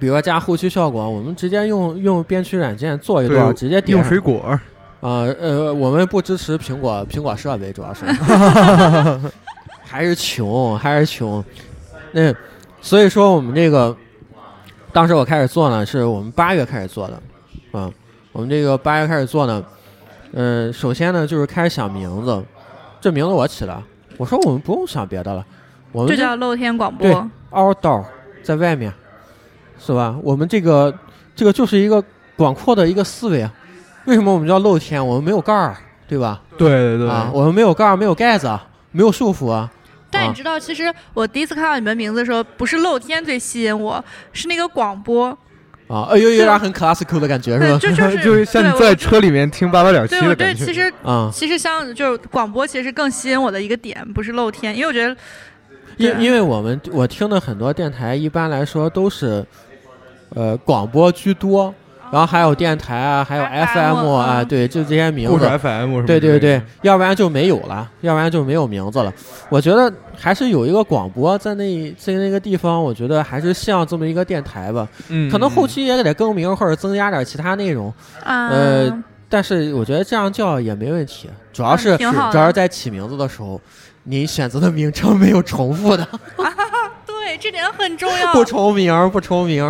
S2: 比如说加后期效果，我们直接用用编曲软件做一段，
S3: 对
S2: 直接点
S3: 用
S2: 上
S3: 水果，
S2: 啊，呃，我们不支持苹果苹果设备，主要是还是穷，还是穷。那所以说我们这个，当时我开始做呢，是我们八月开始做的，啊，我们这个八月开始做呢，呃，首先呢就是开始想名字，这名字我起的，我说我们不用想别的了，我
S4: 就
S2: 们
S4: 叫露天广播
S2: 对，outdoor 在外面，是吧？我们这个这个就是一个广阔的一个思维啊。为什么我们叫露天？我们没有盖儿，对吧？
S3: 对对对，
S2: 啊，我们没有盖儿，没有盖子，没有束缚啊。
S4: 但
S2: 啊
S4: 你知道，其实我第一次看到你们名字的时候，不是露天最吸引我，是那个广播，
S2: 啊，哎呦，有点很 classical 的感觉是
S4: 对，
S2: 吧？
S4: 就 就是
S3: 就是像你
S4: 对
S3: 在
S4: 我
S3: 车里面听八八点七
S4: 对我
S3: 的
S4: 对，
S3: 感觉，
S4: 其实
S2: 啊，
S4: 其实像就是广播，其实更吸引我的一个点，不是露天，因为我觉得
S2: 因
S4: 对
S2: 因为我们我听的很多电台，一般来说都是呃广播居多，然后还有电台啊，还有
S4: FM
S2: FM 啊，
S4: 嗯
S2: 对，就这些名
S3: 故
S2: 字啊
S3: 事。FM 什么
S2: 对
S3: 之类
S2: 对
S3: 的
S2: 对，，要不然就没有了，要不然就没有名字了。我觉得还是有一个广播在那在那个地方，我觉得还是像这么一个电台吧。
S3: 嗯，
S2: 可能后期也得更名或者增加点其他内容，
S4: 啊、
S2: 呃但是我觉得这样叫也没问题。主要
S4: 啊
S2: 是
S4: 挺好
S2: 主要是
S4: 的，
S2: 在起名字的时候，你选择的名称没有重复 的，
S4: 啊对，这点很重 要。
S2: 不重名不重名。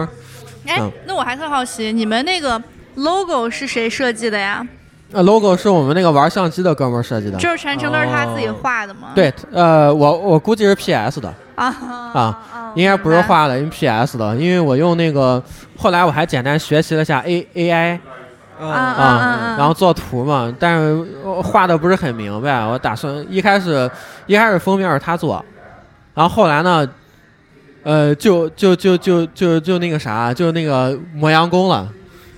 S4: 哎
S2: 嗯，
S4: 那我还特好奇，你们那个 logo 是谁设计的呀？
S2: 那呃 logo 是我们那个玩相机的哥们儿设计的。
S4: 就是全程都是他自己
S3: 哦
S4: 画的吗？
S2: 对，呃，我我估计是 PS 的，
S4: 啊
S2: 啊应该不
S4: 哦
S2: 是。画的，因为 PS 的，因为我用那个，后来我还简单学习了一下 A AI
S3: 啊
S4: 啊啊
S2: 啊，然后做图嘛，但是我画的不是很明白，我打算一开始一开始封面是他做，然后后来呢，呃，就就就就就就那个啥，就那个磨洋工了。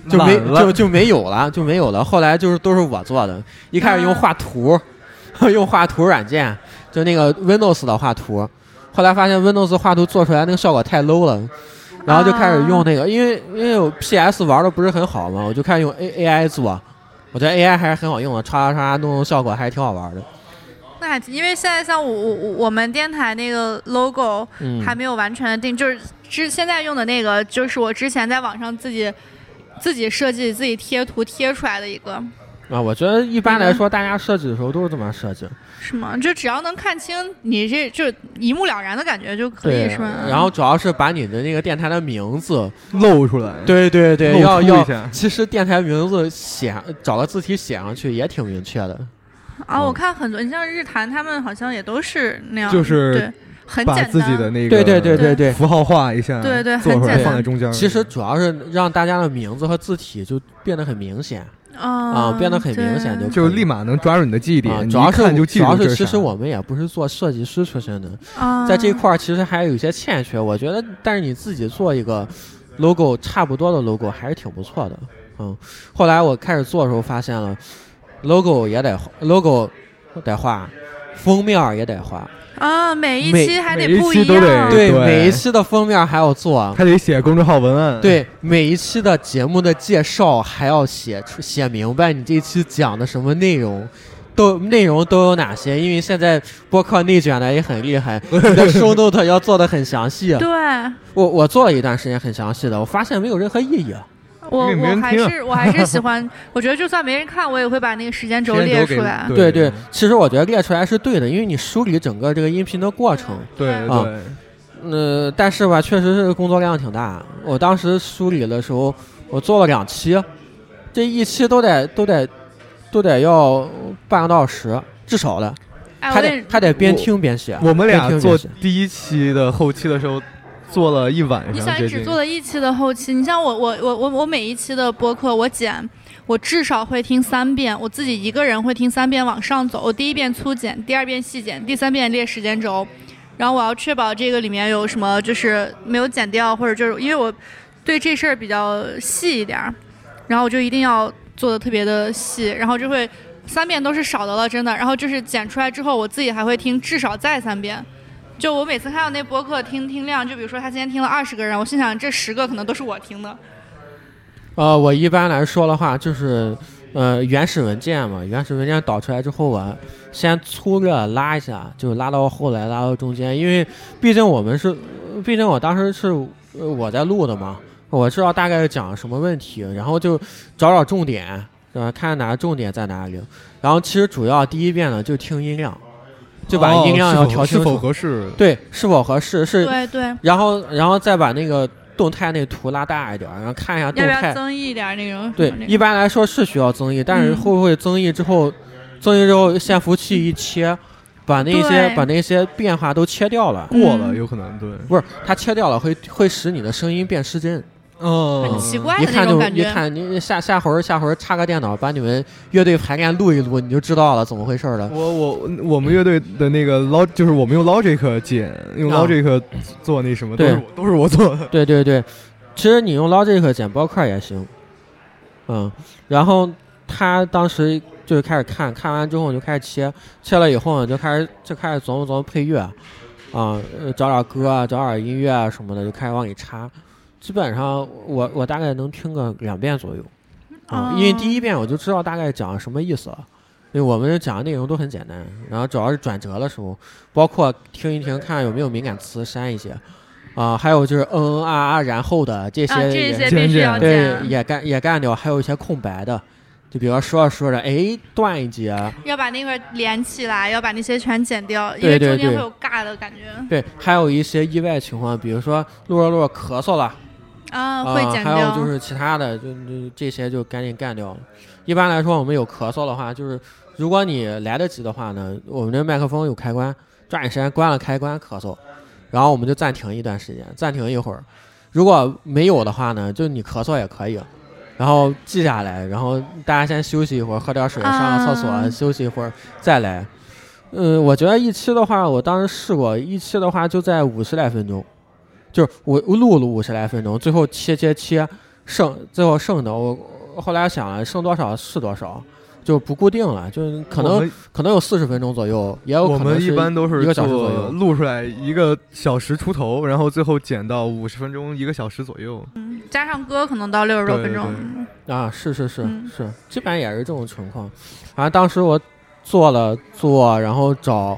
S2: 就没
S3: 懒了
S2: 就就没有了，就没有了。后来就是都是我做的，一开始用
S4: 啊
S2: 画图， 用画图软件，就那个 Windows 的画图。后来发现 Windows 画图做出来那个效果太 low 了，然后就开始用那
S4: 啊
S2: 个，因为因为我 PS 玩的不是很好嘛，我就开始用 A AI 做。我觉得 AI 还是很好用的，叉叉叉弄弄效果还是挺好玩的。
S4: 那还挺因为现在像我我我我们电台那个 logo
S2: 嗯，
S4: 还没有完全的定，就是之现在用的那个，就是我之前在网上自己自己设计、自己贴图贴出来的一个，
S2: 啊，我觉得一般来说，大家设计的时候都是这么设计。
S4: 是吗？就只要能看清，你这就一目了然的感觉就可
S2: 对
S4: 以，嗯是吗？，
S2: 然后主要是把你的那个电台的名字，
S3: 露出来，
S2: 对对对，
S3: 露
S2: 要
S3: 出
S2: 要
S3: 一 下
S2: 其实电台名字写找个字体写上去也挺明确的。
S4: 啊，
S2: 嗯
S4: 我看很多，你像日坛他们好像也都是那样，
S3: 就是
S4: 对，很
S3: 把
S4: 简单，
S3: 自己的那个
S2: 对对对
S4: 对
S2: 对。
S3: 符号化一下，
S4: 对对
S3: 做出
S4: 很
S3: 来
S4: 简
S3: 放在
S4: 单
S3: 中间。
S2: 其实主要是让大家的名字和字体就变得很明显
S4: 啊
S2: 啊，变得很明显
S4: 对
S2: 就
S3: 就立马能抓住你的记忆
S2: 啊。
S3: 点，
S2: 主要
S3: 你一看
S2: 是
S3: 就嗯
S2: 主
S3: 记住
S2: 要
S3: 这
S2: 是，
S3: 啥
S2: 其实我们也不是做设计师出身的，
S4: 啊，
S2: 在这一块儿其实还有一些欠缺。我觉得，但是你自己做一个 logo 差不多的 logo 还是挺不错的。嗯，后来我开始做的时候发现了，logo 也得 logo 得画，封面儿也得画，
S4: 啊，每一
S2: 每
S4: 期还
S3: 每
S4: 得
S3: 一
S4: 不
S3: 期
S4: 一
S3: 都得
S4: 样，
S2: 对，
S3: 哎对
S2: 每一期的封面还要做，
S3: 还得写公众号文案，，
S2: 对每一期的节目的介绍还要写出写明白你这期讲的什么内容。都内容都有哪些？因为现在播客内卷的也很厉 害，你的 show note 要做的很详细。啊
S4: 对
S2: 我我做了一段时间很详细的，我发现没有任何意义。啊
S4: 我
S3: 因为没
S4: 我
S3: 人
S4: 还
S3: 听啊
S4: 是我还是 喜欢，我觉得就算没人看，我也会把那个时间轴
S3: 时间
S4: 列
S3: 轴给
S4: 出来。
S2: 对对，
S3: 对
S2: 其实我觉得列出来是对的，因为你梳理整个这个音频的过程。
S3: 对
S2: 啊
S3: 对，
S2: 呃，但是吧，确实是工作量挺大。我当时梳理的时候，我做了两期，这一期都得都得都得要半个多小时，至少的，
S4: 哎，
S2: 还
S4: 我
S2: 得
S4: 得
S2: 还得边
S3: 我
S2: 听边写。
S3: 我们俩
S2: 边听
S3: 做
S2: 边写
S3: 第一期的后期的时候，做了一晚
S4: 你
S3: 上，
S4: 想
S3: 接
S4: 只
S3: 近
S4: 做了一期的后期，你像我我我我我每一期的播客我剪，我至少会听三遍，我自己一个人会听三遍往上走。我第一遍粗剪，第二遍细剪，第三遍列时间轴，然后我要确保这个里面有什么就是没有剪掉，或者就是因为我对这事儿比较细一点儿，然后我就一定要做的特别的细，然后就会三遍都是少的了，真的。然后就是剪出来之后，我自己还会听至少再三遍。就我每次看到那播客听听量，就比如说他今天听了二十个人，我心想这十个可能都是我听的。
S2: 呃，我一般来说的话，就是呃原始文件嘛，原始文件导出来之后啊，先粗略拉一下，就拉到后来，拉到中间，因为毕竟我们是，呃毕竟我当时是呃我在录的嘛，我知道大概讲什么问题，然后就找找重点，呃，看哪个重点在哪里，然后其实主要第一遍呢就听音量，就把音量要调
S3: 哦是
S2: 清楚，
S3: 否合适？
S2: 对，是否合适是，
S4: 对对，
S2: 然后然后再把那个动态那图拉大一点，然后看一下动
S4: 要不要
S2: 态。
S4: 增益一点那种？
S2: 对
S4: 什么那，种
S2: 一般来说是需要增益，但是
S4: 嗯
S2: 会不会增益之后，增益之后限幅器一切，把那些
S4: 对
S2: 把那些变化都切掉了，
S3: 过
S4: 嗯
S3: 了有可能对，
S2: 不是它切掉了会会使你的声音变失真，哦
S3: 嗯，
S4: 很奇怪
S2: 一
S4: 的那
S2: 看
S4: 种
S2: 就
S4: 感
S2: 一
S4: 觉。
S2: 看你下下回儿下回儿插个电脑把你们乐队排练录一录，你就知道了怎么回事了。
S3: 我我我们乐队的那个 log 就是我们用 Logic 剪，用
S2: 啊
S3: Logic 做那什么，都
S2: 对
S3: 是我都是我做的。
S2: 对对对，其实你用 Logic 剪包块也行，嗯，然后他当时就开始看看完之后就开始切，切了以后呢就开始就开始琢磨琢磨配乐，啊、呃找找歌啊，找找音乐啊什么的，就开始往里插。基本上我我大概能听个两遍左右，啊、因为第一遍我就知道大概讲什么意思了。因为我们讲的内容都很简单，然后主要是转折的时候，包括听一听看有没有敏感词删一些，啊、还有就是嗯嗯啊啊然后的这些
S4: 啊，
S2: 也
S4: 这
S3: 渐
S4: 些必须
S3: 渐
S4: 要
S2: 对，
S4: 剪，
S2: 也干也干掉，还有一些空白的，就比方说着说着，哎，断一节，
S4: 要把那块连起来，要把那些全剪掉，因
S2: 对
S4: 为
S2: 对
S4: 中间
S2: 对
S4: 会有尬的感觉
S2: 对，还有一些意外情况，比如说录着录着咳嗽了，
S4: 啊，
S2: 啊、
S4: 会剪
S2: 还有就
S4: 掉。
S2: 是其他的，就就这些就赶紧干掉了。一般来说，我们有咳嗽的话，就是如果你来得及的话呢，我们这麦克风有开关，抓紧时间关了开关咳嗽，然后我们就暂停一段时间，暂停一会儿。如果没有的话呢，就你咳嗽也可以，然后记下来，然后大家先休息一会儿，喝点水，上个厕所、
S4: 啊
S2: 休息一会儿再来。嗯，我觉得一期的话，我当时试过一期的话就在五十来分钟，就是我我录了五十来分钟，最后切切切，剩最后剩的我我后来想了啊剩多少是多少，就不固定了，就是 可
S3: 我
S2: 能
S3: 们
S2: 可能有四十分钟左右，也有
S3: 我
S2: 可能
S3: 们
S2: 是
S3: 一般都
S2: 一
S3: 是
S2: 个小时左
S3: 做
S2: 右。
S3: 录出来一个小时出头，然后最后剪到五十分钟一个小时左右。
S4: 嗯加上歌可能到六十多分钟
S3: 对对，
S2: 啊，是是是、
S4: 嗯
S2: 是，基本上也是这种情况。反正当时我做了做，然后找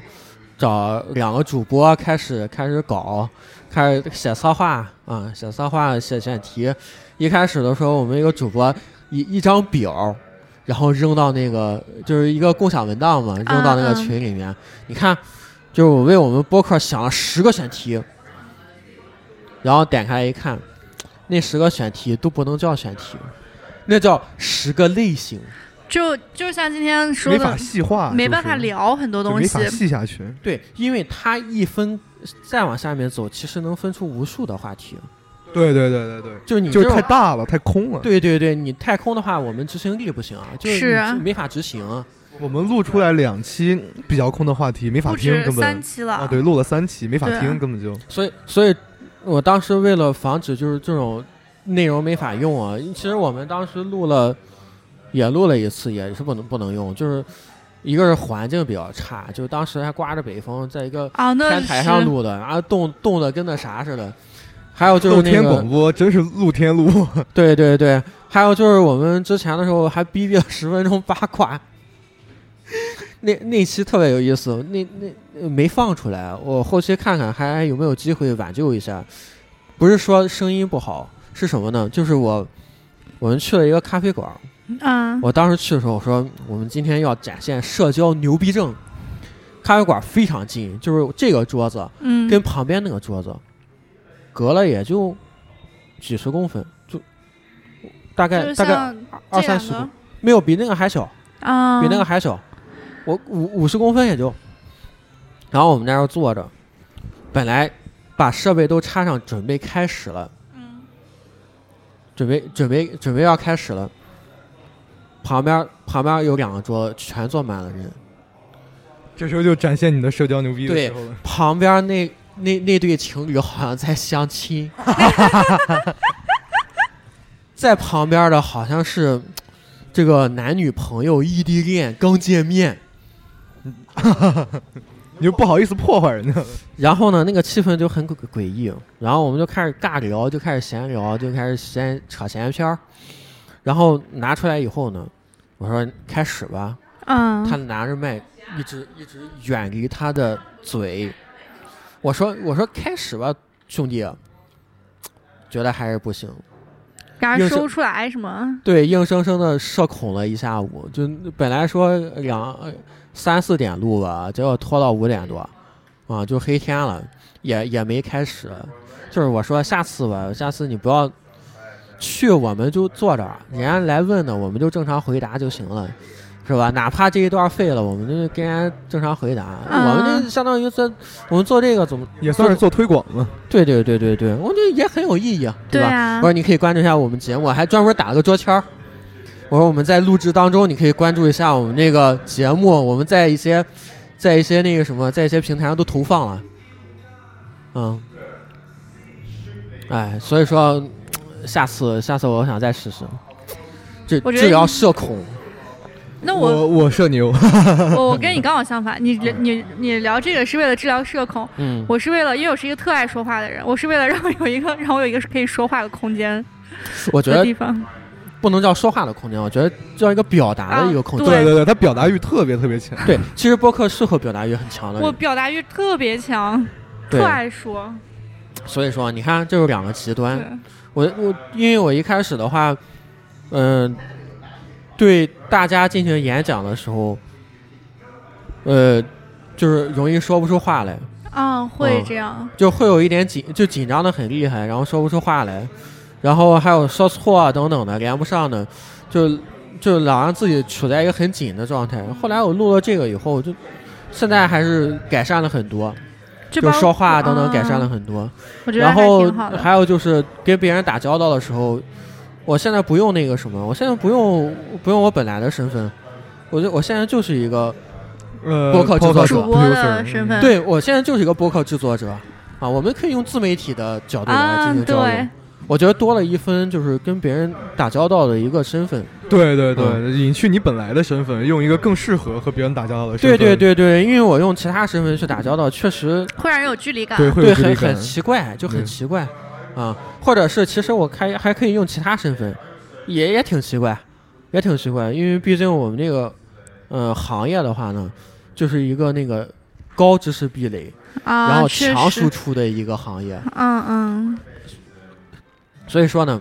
S2: 找两个主播开始开始搞，开始写策划啊，写策划写选题。一开始的时候，我们一个主播一一张表。然后扔到那个就是一个共享文档嘛，扔到那个
S4: 嗯嗯
S2: 群里面。你看，就是我为我们播客想了十个选题，然后点开来一看，那十个选题都不能叫选题，那叫十个类型。
S4: 就就像今天说
S3: 没
S4: 的
S3: 法，细化，
S4: 没
S3: 就是
S4: 办法，聊很多
S3: 就
S4: 东
S3: 没
S4: 西
S3: 法。细下去。
S2: 对，因为它一分再往下面走，其实能分出无数的话题。
S3: 对对对对对，
S2: 就是你
S3: 嗯就
S2: 这种
S3: 是太大了，太空了。
S2: 对对对，你太空的话，我们执行力不行啊，就是
S4: 啊
S2: 你没法执行啊。
S3: 我们录出来两期比较空的话题，没法
S4: 不
S3: 听，
S4: 止
S3: 根
S4: 三
S3: 本
S4: 期了，
S3: 啊，对，录了三期没法
S4: 对啊
S3: 听，根本就
S2: 所以，所以我当时为了防止就是这种内容没法用啊，其实我们当时录了，也录了一次，也是不能不能用，就是一个是环境比较差，就是当时还刮着北风，在一个
S4: 啊，那
S2: 天台上
S4: 是
S2: 录的，然后冻冻的跟那啥似的。还有就是
S3: 露
S2: 那
S3: 天
S2: 个
S3: 广，播真是露天录，
S2: 对对对，还有就是我们之前的时候还逼逼了十分钟八卦， 那那期特别有意思，那那没放出来，我后期看看还有没有机会挽救一下。不是说声音不好，是什么呢？就是我我们去了一个咖啡馆，
S4: 嗯，
S2: 我当时去的时候，我说我们今天要展现社交牛逼症。咖啡馆非常近，就是这个桌子
S4: 嗯，
S2: 跟旁边那个桌子隔了也就几十公分，就大概
S4: 就
S2: 大概
S4: 像
S2: 二
S4: 这
S2: 三
S4: 两
S2: 十
S4: 个
S2: 公，没有比那个还小，
S4: 啊，
S2: 比那个还小，我五五十公分也就。然后我们在那儿坐着，本来把设备都插上，准备开始了，
S4: 嗯
S2: 准备准备准备要开始了。旁边旁边有两个桌子，全坐满了人。
S3: 这时候就展现你的社交牛逼的
S2: 对
S3: 时候了。
S2: 旁边那那那对情侣好像在相亲，在旁边的好像是嗯这个男女朋友异地恋刚见面，
S3: 你就不好意思破坏人家。
S2: 然后呢，那个气氛就很诡诡异，然后我们就开始尬聊，就开始闲聊，就开始闲扯闲篇儿。然后拿出来以后呢，我说开始吧，
S4: 嗯，
S2: 他拿着麦一直一直远离他的嘴。我说我说开始吧，兄弟，觉得还是不行，
S4: 然
S2: 硬
S4: 后
S2: 是
S4: 说不出来什么，
S2: 对，硬生生的社恐了一下午。就本来说两三四点录吧，结果拖到五点多，啊，就黑天了，也也没开始。就是我说下次吧，下次你不要去，我们就坐这儿，人家来问的，我们就正常回答就行了。是吧？哪怕这一段废了，我们就跟人家正常回答。
S4: 嗯
S2: 我们这相当于在我们做这个怎么
S3: 也算是做推广嘛。
S2: 对对对对对，我觉得也很有意义，啊，
S4: 对
S2: 吧？
S4: 啊
S2: 我，说你可以关注一下我们节目，还专门打了个桌签儿。我说我们在录制当中，你可以关注一下我们这个节目，我们在一些，在一些那个什么，在一些平台上都投放了。嗯，哎，所以说，下次下次我想再试试。这
S4: 我觉得
S2: 这也要社恐，
S4: 那 我
S3: 我我社牛，
S4: 我我跟你刚好相反，你你你聊这个是为了治疗社恐，
S2: 嗯，
S4: 我是为了，因为我是一个特爱说话的人，我是为了让我有一个让我有一个可以说话的空间
S2: 我觉
S4: 的
S2: 得
S4: 地方。
S2: 不能叫说话的空间，我觉得叫一个表达的一个空间。
S4: 啊对
S3: 对对对，他表达欲特别特别强。
S2: 对，其实播客适合表达欲很强的
S4: 我
S2: 人，
S4: 表达欲特别强，
S2: 对
S4: 特，爱说。
S2: 所以说你看，这有两个极端
S4: 对。，
S2: 我我因为我一开始的话，嗯、对大家进行演讲的时候，呃，就是容易说不出话来，
S4: 啊，会
S2: 嗯
S4: 这样。
S2: 就会有一点紧，就紧张的很厉害，然后说不出话来，然后还有说错啊等等的，连不上的，就就老让自己处在一个很紧的状态。后来我录了这个以后，就现在还是改善了很多，
S4: 就
S2: 就
S4: 包
S2: 说话等等
S4: 啊
S2: 改善了很多。
S4: 我觉得
S2: 然
S4: 还
S2: 后
S4: 挺好的。
S2: 还有就是跟别人打交道的时候，我现在不用那个什么，我现在不用不用我本来的身份，我就我现在就是一个，
S3: 呃，
S2: 播客制作者
S4: 主播
S3: 嗯
S4: 的身份，
S2: 对我现在就是一个播客制作者啊，我们可以用自媒体的角度来
S4: 啊
S2: 进，行交流。
S4: 对，
S2: 我觉得多了一分就是跟别人打交道的一个身份。
S3: 对对对，隐去你本来的身份，用一个更适合和别人打交道的身
S2: 对
S3: 份。
S2: 对对对，因为我用其他身份去打交道，确实
S4: 会让人有距离感。
S3: 对，会有
S2: 对
S3: 距离
S2: 很
S3: 感
S2: 很。奇怪，就很
S3: 嗯
S2: 奇怪啊。或者是其实我开还可以用其他身份，也也挺奇怪，也挺奇怪，因为毕竟我们这个呃行业的话呢，就是一个那个高知识壁垒，
S4: 啊，
S2: 然后
S4: 确
S2: 强
S4: 实
S2: 输。出的一个行业。
S4: 嗯嗯，
S2: 所以说呢，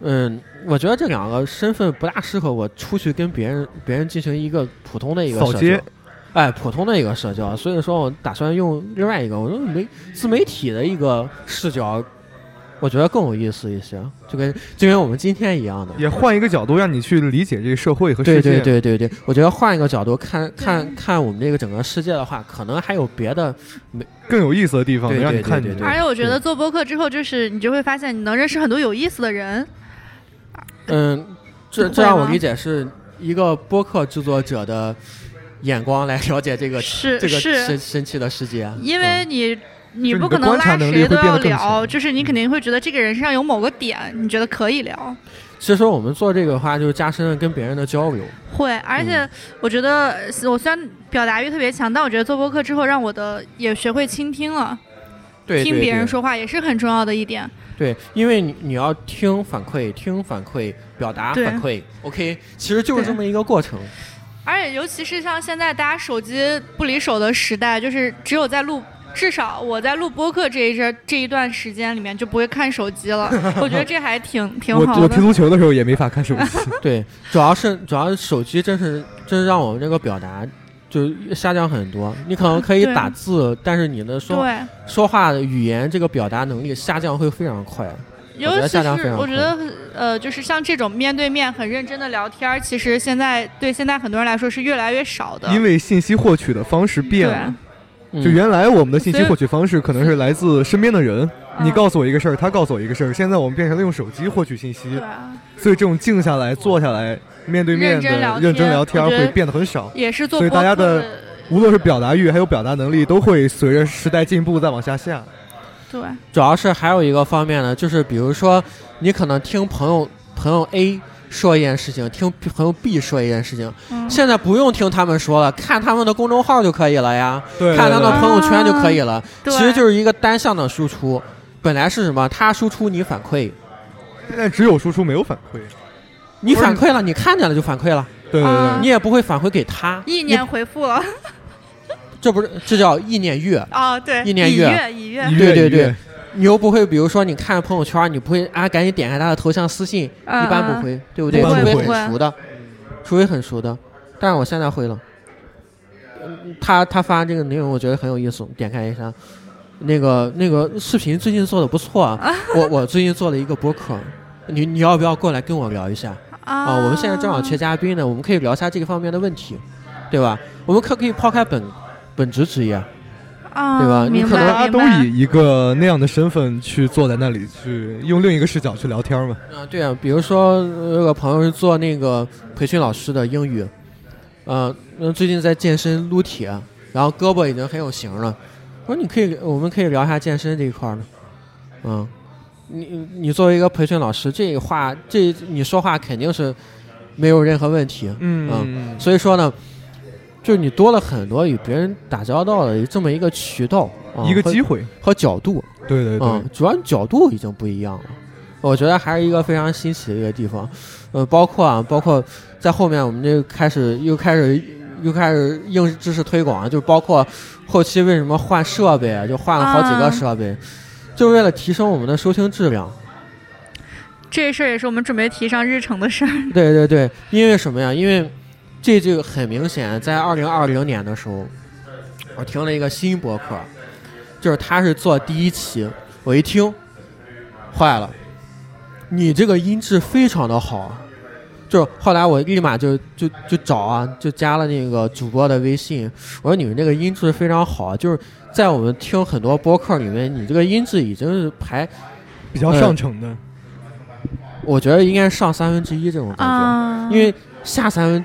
S2: 嗯，我觉得这两个身份不大适合我出去跟别人别人进行一个普通的一个
S3: 扫
S2: 社
S3: 街
S2: 交，哎，普通的一个社交。所以说我打算用另外一个，我用媒自媒体的一个视角，我觉得更有意思一些，就跟就跟我们今天一样的。
S3: 也换一个角度，让你去理解这个社会和世
S2: 对
S3: 界。
S2: 对对对对，我觉得换一个角度看看看我们这个整个世界的话，可能还有别的，
S3: 更有意思的地方，
S2: 对
S3: 能让
S2: 对
S3: 你看
S2: 对
S3: 见。
S2: 对
S4: 而且我觉得
S3: 嗯
S4: 做播客之后，就是你就会发现你能认识很多有意思的人。
S2: 嗯，这
S4: 会
S2: 这让我
S4: 吗
S2: 理解是一个播客制作者的眼光来了解这个
S4: 是
S2: 这个
S4: 是
S2: 神，神奇的啊世界，
S4: 因
S2: 嗯
S4: 为你。你
S3: 嗯就
S4: 不
S3: 你的
S4: 可能
S3: 观察
S4: 拉
S3: 能力
S4: 谁
S3: 会
S4: 都
S3: 变
S4: 要
S3: 得更
S4: 聊，
S3: 强
S4: 就是你肯定会觉得这个人身上有某个点，你觉得可以聊。
S2: 嗯其实我们做这个的话，就是加深了跟别人的交流。
S4: 会，而
S3: 嗯
S4: 且我觉得呃我虽然表达欲特别强，但我觉得做播客之后，让我的也学会倾听了，
S2: 对
S4: 听别人，说话也是很重要的一点。
S2: 对，因为你你要听反馈，听反馈，表达
S4: 对
S2: 反馈，OK，其实就是
S4: 对
S2: 这么一个过程。
S4: 而且尤其是像现在大家手机不离手的时代，就是只有在录。至少我在录播客这一阵这一段时间里面就不会看手机 了，我觉得这还挺挺
S3: 我
S4: 好
S3: 我踢
S4: 的。
S3: 足球的时候也没法看手机，
S2: 对，主要是主要是手机真是真是让我们这个表达就下降很多。你可能可以
S4: 对
S2: 打字，但是你的说
S4: 对，
S2: 说话的语言这个表达能力下降会非常快。
S4: 尤
S2: 我觉得
S4: 其
S2: 下降非
S4: 是
S2: 常
S4: 我觉得呃，就是像这种面对面很认真的聊天儿，其实现在对现在很多人来说是越来越少的。
S3: 因为信息获取的方式变
S4: 对，啊
S3: 了。
S2: 嗯
S3: 就原来我们的信息
S4: 所以
S3: 获取方式可能是来自身边的人，你
S4: 嗯
S3: 告诉我一个事儿，他告诉我一个事儿。现在我们变成了用手机获取信息
S4: 对，啊
S3: 所以这种静下来、坐下来、面对面
S4: 认真聊
S3: 的
S4: 天
S3: 认真聊天
S4: 我觉得
S3: 会变得很少。
S4: 也是
S3: 所
S4: 做播
S3: 以
S4: 客
S3: 大家的无论是表达欲还有表达能力，都会随着时代进步再往下下。
S4: 对
S2: 主要是还有一个方面呢，就是比如说你可能听朋友朋友 A 说一件事情，听朋友 B 说一件事情，
S4: 嗯
S2: 现在不用听他们说了，看他们的公众号就可以了呀，
S3: 对
S2: 看他
S4: 对
S2: 们的朋友圈就可以了。
S4: 对
S2: 其实就是一个单向的输出，本来是什么？他输出你反馈，
S3: 现在只有输出没有反馈。
S2: 你
S3: 不是
S2: 反馈了，你看见了就反馈了，
S3: 对对
S4: 啊
S3: 对，
S2: 你也不会反馈给他。
S4: 意念回复了
S2: 你这不是这叫意念月。
S4: 哦，对，
S2: 意念
S4: 已
S2: 月啊
S4: 阅已阅
S3: 一
S2: 对对
S3: 月一月
S2: 你又不会，比如说你看朋友圈，你不会啊，赶紧点开他的头像私信，
S4: 嗯
S2: 一般不会，对不对？
S3: 一
S2: 除
S3: 般不
S2: 非
S3: 会
S2: 很熟的，除非很熟的。但是我现在会了。嗯他他发这个内容，我觉得很有意思，点开一下。那个那个视频最近做的不错啊，我我最近做了一个播客，你你要不要过来跟我聊一下？
S4: 啊
S2: 啊，我们现在正好缺嘉宾呢，我们可以聊一下这个方面的问题，对吧？我们可可以抛开本本职职业，
S4: 啊，
S2: 对吧你
S4: 明
S2: 可能
S4: 白
S3: 大家
S4: 明
S3: 都
S4: 白
S3: 以一个那样的身份去坐在那里，去用另一个视角去聊天嘛。
S2: 啊，对啊，比如说呃有个朋友是做那个培训老师的英语，呃，那最近在健身撸铁，然后胳膊已经很有型了。我说你可以，我们可以聊一下健身这一块儿呢。嗯，你你作为一个培训老师，这话这你说话肯定是没有任何问题。
S3: 嗯，
S2: 所以说呢，就是你多了很多与别人打交道的这么一个渠道，啊
S3: 一个
S2: 和
S3: 机会。
S2: 和角度，
S3: 对对对
S2: 嗯，，主要角度已经不一样了。我觉得还是一个非常新奇的一个地方，呃，包括啊，包括在后面我们就开始又开始又开始硬知识推广，就包括后期为什么换设备啊，就换了好几
S4: 啊
S2: 个设备，就为了提升我们的收听质量。
S4: 这事儿也是我们准备提上日程的事儿。
S2: 对对对，因为什么呀？因为这就很明显，在二零二零年的时候，我听了一个新博客，就是他是做第一期，我一听，坏了，你这个音质非常的好。啊就是后来我立马就就就找啊，就加了那个主播的微信，我说你们这个音质非常好，啊就是在我们听很多播客里面，你这个音质已经是排，
S3: 比较上乘的。
S2: 我觉得应该上三分之一这种感觉。
S4: 啊，
S2: 因为下三分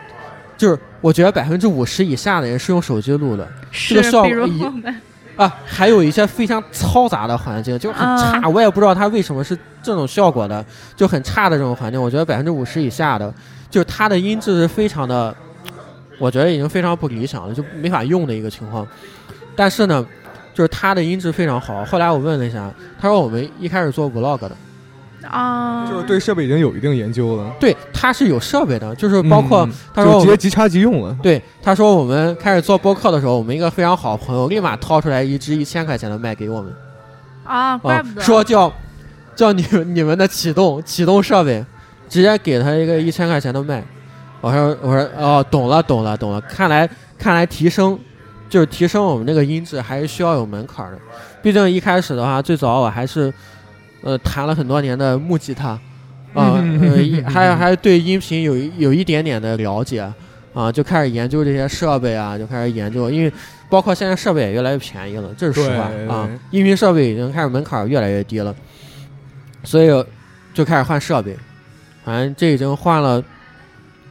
S2: 就是我觉得百分之五十以下的人是用手机录的
S4: 是
S2: 这个效
S4: 比如
S2: 益
S4: 我们
S2: 啊，还有一些非常嘈杂的环境，就是很差，我也不知道它为什么是这种效果的，就很差的这种环境，我觉得百分之五十以下的，就是它的音质是非常的，我觉得已经非常不理想了，就没法用的一个情况。但是呢，就是它的音质非常好。后来我问了一下，他说我们一开始做 vlog 的，哎
S4: 啊，
S3: 就是对设备已经有一定研究了，
S2: 对，它是有设备的，就是包括、
S3: 嗯
S2: 他说
S3: 就
S2: 我
S3: 直
S2: 们
S3: 接即插即用了。
S2: 对，他说我们开始做播客的时候，我们一个非常好的朋友立马掏出来一支一千块钱的麦给我们，
S4: 啊，怪
S2: 啊
S4: 不，得
S2: 说叫叫你们 你们的启动启动设备，直接给他一个一千块钱的麦。我说我说哦，懂了懂了懂了，看来看来提升就是提升我们这个音质还是需要有门槛儿的，毕竟一开始的话，最早我还是呃弹了很多年的木吉他。啊、呃，一还还对音频有一有一点点的了解，啊，就开始研究这些设备啊，就开始研究，因为包括现在设备也越来越便宜了，这是实话
S3: 对
S2: 啊
S3: 对。
S2: 音频设备已经开始门槛越来越低了，所以就开始换设备。反正这已经换了，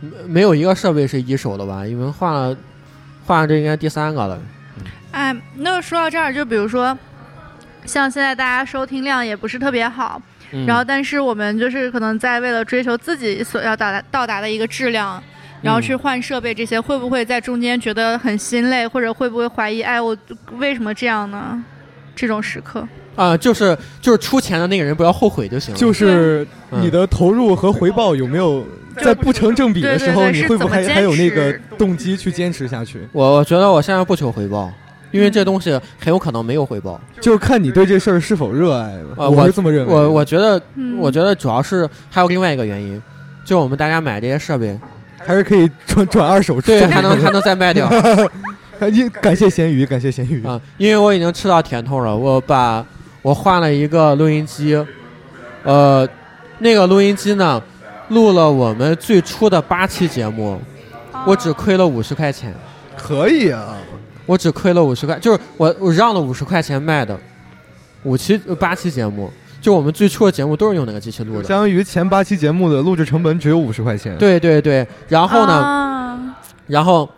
S2: 没没有一个设备是一手的吧？因为换了，换了这应该第三个了。
S4: 哎，那说到这儿，就比如说，像现在大家收听量也不是特别好，
S2: 嗯、
S4: 然后但是我们就是可能在为了追求自己所要到达到达的一个质量。
S2: 嗯
S4: 然后去换设备，这些会不会在中间觉得很心累，或者会不会怀疑，哎，我为什么这样呢？这种时刻，
S2: 啊、就是就是出钱的那个人不要后悔就行了。
S3: 就是
S2: 嗯
S3: 你的投入和回报有没有在不成正比的时候，
S4: 对对对
S3: 你
S4: 是
S3: 会不
S4: 怎么
S3: 会还
S4: 坚持
S3: 还有那个动机去坚持下去？
S2: 我我觉得我现在不求回报，因为这东西很有可能没有回报。
S3: 就看你对这事儿是否热爱了。
S2: 啊
S3: 我
S2: 我
S3: 是这么认为的。
S2: 我我觉得
S4: 嗯，
S2: 我觉得主要是还有另外一个原因，就我们大家买这些设备，
S3: 还是可以转转二手出
S2: 对，还能还能再卖掉啊、
S3: 你感谢咸鱼，感谢咸鱼。
S2: 因为我已经吃到甜头了。我把我换了一个录音机，呃，那个录音机呢，录了我们最初的八期节目，我只
S4: 啊
S2: 亏了五十块钱，
S3: 可以啊，
S2: 我只亏了五十块，就是我我让了五十块钱卖的，五期呃八期节目，就我们最初的节目都是用那个机器录
S3: 相
S2: 的。
S3: 当于前八期节目的录制成本只有五十块钱。，
S2: 对对对，然后呢？
S4: 啊呢，
S2: 然后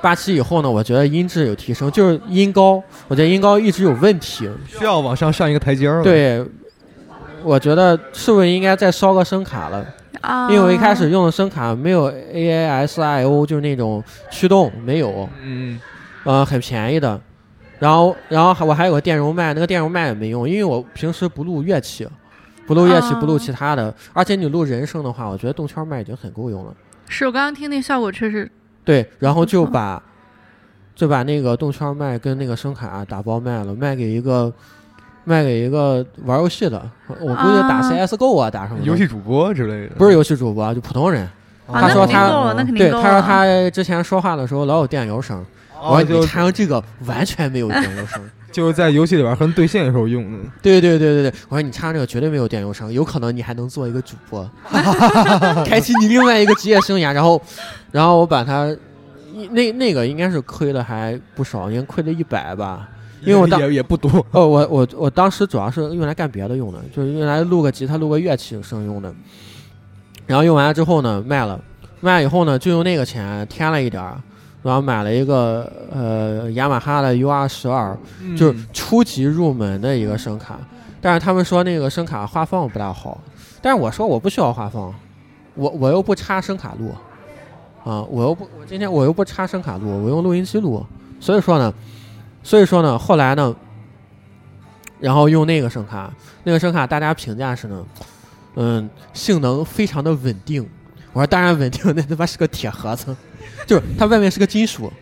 S2: 八期以后呢，我觉得音质有提升，就是音高，我觉得音高一直有问题。
S3: 需要往上上一个台阶儿了。，
S2: 对，我觉得是不是应该再烧个声卡了？
S4: 啊，
S2: 因为我一开始用的声卡没有 AASIO，就是那种驱动没有，
S3: 嗯，
S2: 呃，很便宜的。然后，然后还我还有个电容麦，那个电容麦也没用，因为我平时不录乐器，不录乐器，
S4: 啊
S2: 不录其他的。而且你录人声的话，我觉得动圈麦已经很够用了。
S4: 是我刚刚听那效果确实
S2: 对，然后就
S4: 嗯
S2: 把就把那个动圈卖跟那个声卡打包卖了，卖给一个卖给一个玩游戏的，我估计打
S4: 啊
S2: CSGO 啊，打什么的
S3: 游戏主播之类的，
S2: 不是游戏主播，就普通人。他
S4: 啊，那
S2: 说
S4: 肯定
S2: 他
S4: 够了，那肯定
S2: 对，
S4: 够了。
S2: 他说他之前说话的时候老有电邮声，我说
S3: 哦，
S2: 你
S3: 就
S2: 看看这个完全没有电邮声。
S3: 就是在游戏里边和人对线的时候用的。
S2: 对对对对对，我说你唱这个绝对没有电邮声，有可能你还能做一个主播， 开启你另外一个职业生涯。然后，然后我把它，那那个应该是亏了还不少，应该亏了一百吧。因为我当
S3: 也也不多，
S2: 哦，我我我当时主要是用来干别的用的，就是用来录个吉他、录个乐器声用的。然后用完了之后呢，卖了，卖了以后呢，就用那个钱添了一点儿，然后买了一个呃雅马哈的 UR 十二，
S3: 嗯
S2: 就是初级入门的一个声卡，但是他们说那个声卡画放不大好，但是我说我不需要画放，我我又不插声卡录，啊，我又不我今天我又不插声卡录，我用录音机录，所以说呢，所以说呢，后来呢，然后用那个声卡，那个声卡大家评价是呢，嗯，性能非常的稳定，我说当然稳定，那他妈是个铁盒子，就是它外面是个金属，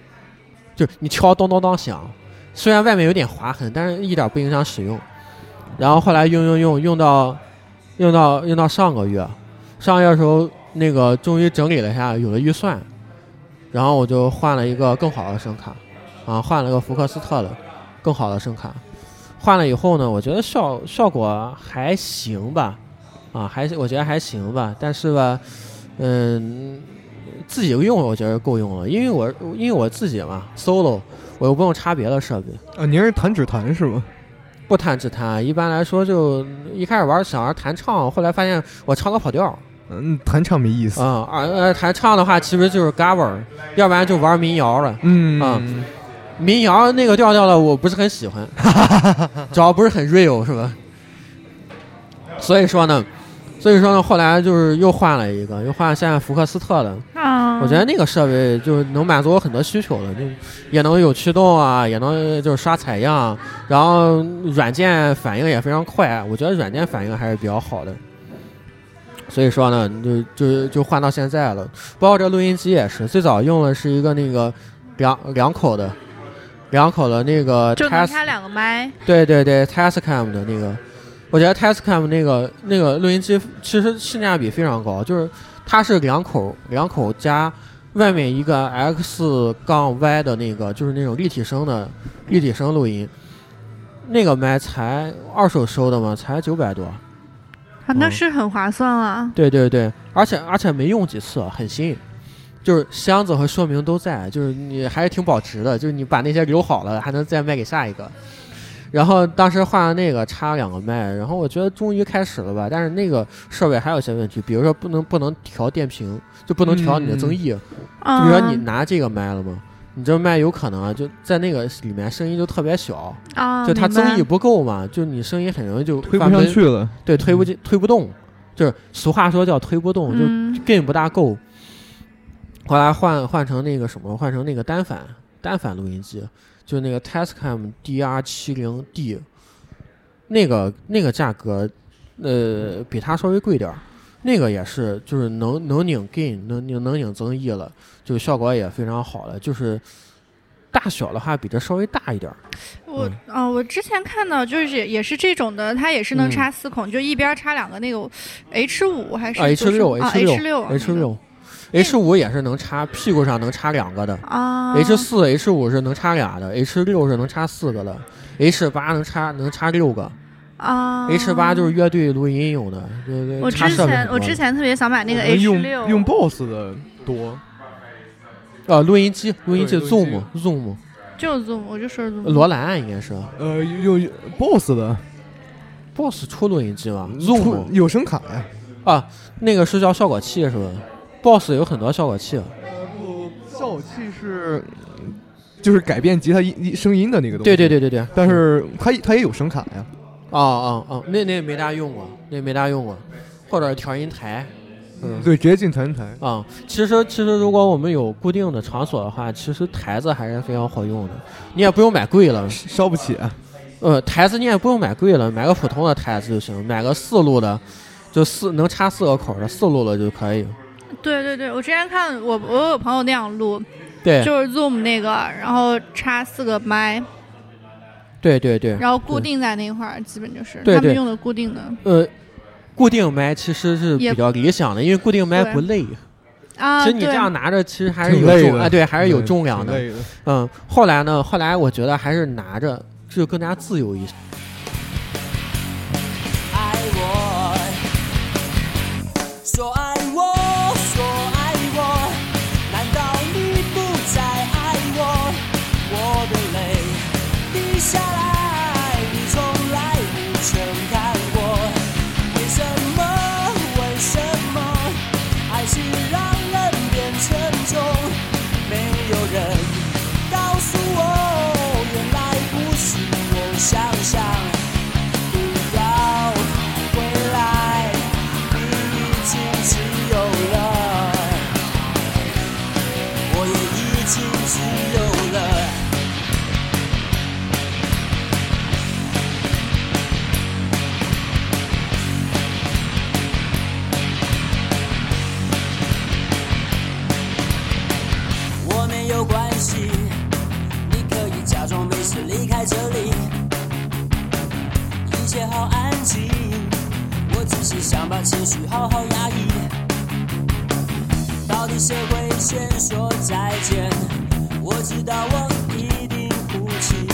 S2: 就是你敲咚咚咚响。虽然外面有点划痕，但是一点不影响使用。然后后来用用用用到用到用到上个月，上个月的时候那个终于整理了一下，有了预算，然后我就换了一个更好的声卡，啊，换了个福克斯特的更好的声卡。换了以后呢，我觉得效效果还行吧，啊，还是我觉得还行吧，但是吧，嗯，自己用我觉得够用了，因为我因为我自己嘛，solo，我又不用插别的设备，
S3: 啊，您是弹指弹是吧？
S2: 不弹指弹，一般来说就一开始玩想着弹唱，后来发现我唱歌跑调儿
S3: 嗯，弹唱没意思。
S2: 啊，而呃弹唱的话其实就是 cover，要不然就玩民谣了。
S3: 嗯
S2: 啊民谣那个调调的我不是很喜欢，主要不是很 real 是吧？所以说呢，所以说呢，后来就是又换了一个，又换了现在福克斯特的，
S4: 啊，
S2: 我觉得那个设备就是能满足我很多需求的，就也能有驱动啊，也能就是刷采样，然后软件反应也非常快，啊我觉得软件反应还是比较好的。所以说呢，就就就换到现在了，包括这录音机也是，最早用的是一个那个两两口的，两口的那个
S4: 就能
S2: Tes
S4: 插两个麦，
S2: 对对对，Tascam 的那个，我觉得 Tascam 那个那个录音机其实性价比非常高，就是它是两口两口加外面一个 X 杠 Y 的那个，就是那种立体声的立体声录音，那个麦才二手收的嘛，才九百多。
S4: 啊那
S2: 嗯
S4: 是很划算啊了。
S2: 对对对，而且而且没用几次，很新。就是箱子和说明都在，就是你还是挺保值的，就是你把那些留好了，还能再卖给下一个。然后当时换了那个插两个麦，然后我觉得终于开始了吧，但是那个设备还有一些问题，比如说不能不能调电瓶，就不能调你的增益。就
S4: 啊，
S2: 比如说你拿这个麦了吗？你这麦有可能啊就在那个里面声音就特别小，
S4: 啊，
S2: 就它
S4: 明白
S2: 增益不够嘛，就你声音很容易就
S3: 推不
S2: 翻
S3: 上
S2: 跟
S3: 去了。
S2: 对，推不进，推不动，就是俗话说叫推不动，就
S4: 嗯
S2: 根不大够。后来换换成那个什么，换成那个单反单反录音机，就那个 Tascam DR 7 0 D，那个那个价格，呃，比它稍微贵点儿。那个也是，就是能能拧 gain，能拧能拧增益了，就效果也非常好了。就是大小的话，比这稍微大一点儿。
S4: 我
S2: 嗯
S4: 啊，我之前看到就是也也是这种的，它也是能
S2: 嗯
S4: 插四孔，就一边插两个那个 H 五还是
S2: 啊，H 六
S4: 啊
S2: H 六
S4: 六
S2: H 六，H 五也是能插屁股上能插两个的。
S4: 啊
S2: H 四、H 五是能插俩的，H 六是能插四个的，H 八能插能插六个、
S4: 啊
S2: h 八就是乐队录音用的，对对，
S4: 我
S2: 插
S4: 之
S2: 设备很
S4: 前
S2: 多
S4: 我之前特别想买那个
S3: 我们
S4: H
S3: 用
S4: 六
S3: 用 BOSS 的多，
S2: 呃录音机录音机
S3: 对录音
S2: Zoom
S3: 机
S2: Zoom
S4: 就 Zoom，我就说 Zoom
S2: 罗兰应该是
S3: 呃，用用 BOSS 的
S2: Boss 出录音机吧
S3: 嗯出
S2: ，Zoom
S3: 有声卡呀。
S2: 啊那个是叫效果器是吧？Boss 有很多效果器，
S3: 效果器是就是改变吉他音音声音的那个东西。
S2: 对对。对对啊对，
S3: 但是它它也有声卡呀，
S2: 哦哦哦，那那没大用过，那没大用过，或者调音台，嗯
S3: 对，直接进前台。
S2: 啊、其实其实如果我们有固定的场所的话，其实台子还是非常好用的，你也不用买贵了，
S3: 烧不起啊！
S2: 呃，台子你也不用买贵了，买个普通的台子就行，买个四路的，就四能插四个口儿的四路的就可以。
S4: 对对对，我之前看我我有朋友那样录，
S2: 对
S4: 就是 Zoom 那个，然后插四个麦，
S2: 对对对，
S4: 然后固定在那块儿，基本就是
S2: 对
S4: 他们
S2: 对
S4: 用的固定的
S2: 呃，固定麦其实是
S4: 也
S2: 比较理想的，因为固定麦
S4: 对
S2: 不累。
S4: 啊。
S2: 其实你这
S4: 对
S2: 样拿着，其实还是
S3: 挺
S2: 有
S3: 累
S2: 重
S3: 的
S2: 啊，对，还是有重量
S3: 挺
S2: 的。
S3: 累的。
S2: 嗯，后来呢，后来我觉得还是拿着就更加自由一些。
S1: 爱我，说爱我，说爱我，难道你不再爱我？我的泪滴下来，你从来不曾看过。为什么？为什么？爱是让人变沉重，没有人告诉我，原来不是我想象。不要回来，你已经自由了，我也已经自由了。我没有关系，你可以假装没事离开这里。一切好安静，我只是想把情绪好好压抑。到底谁会先说再见？我知道我一定哭泣，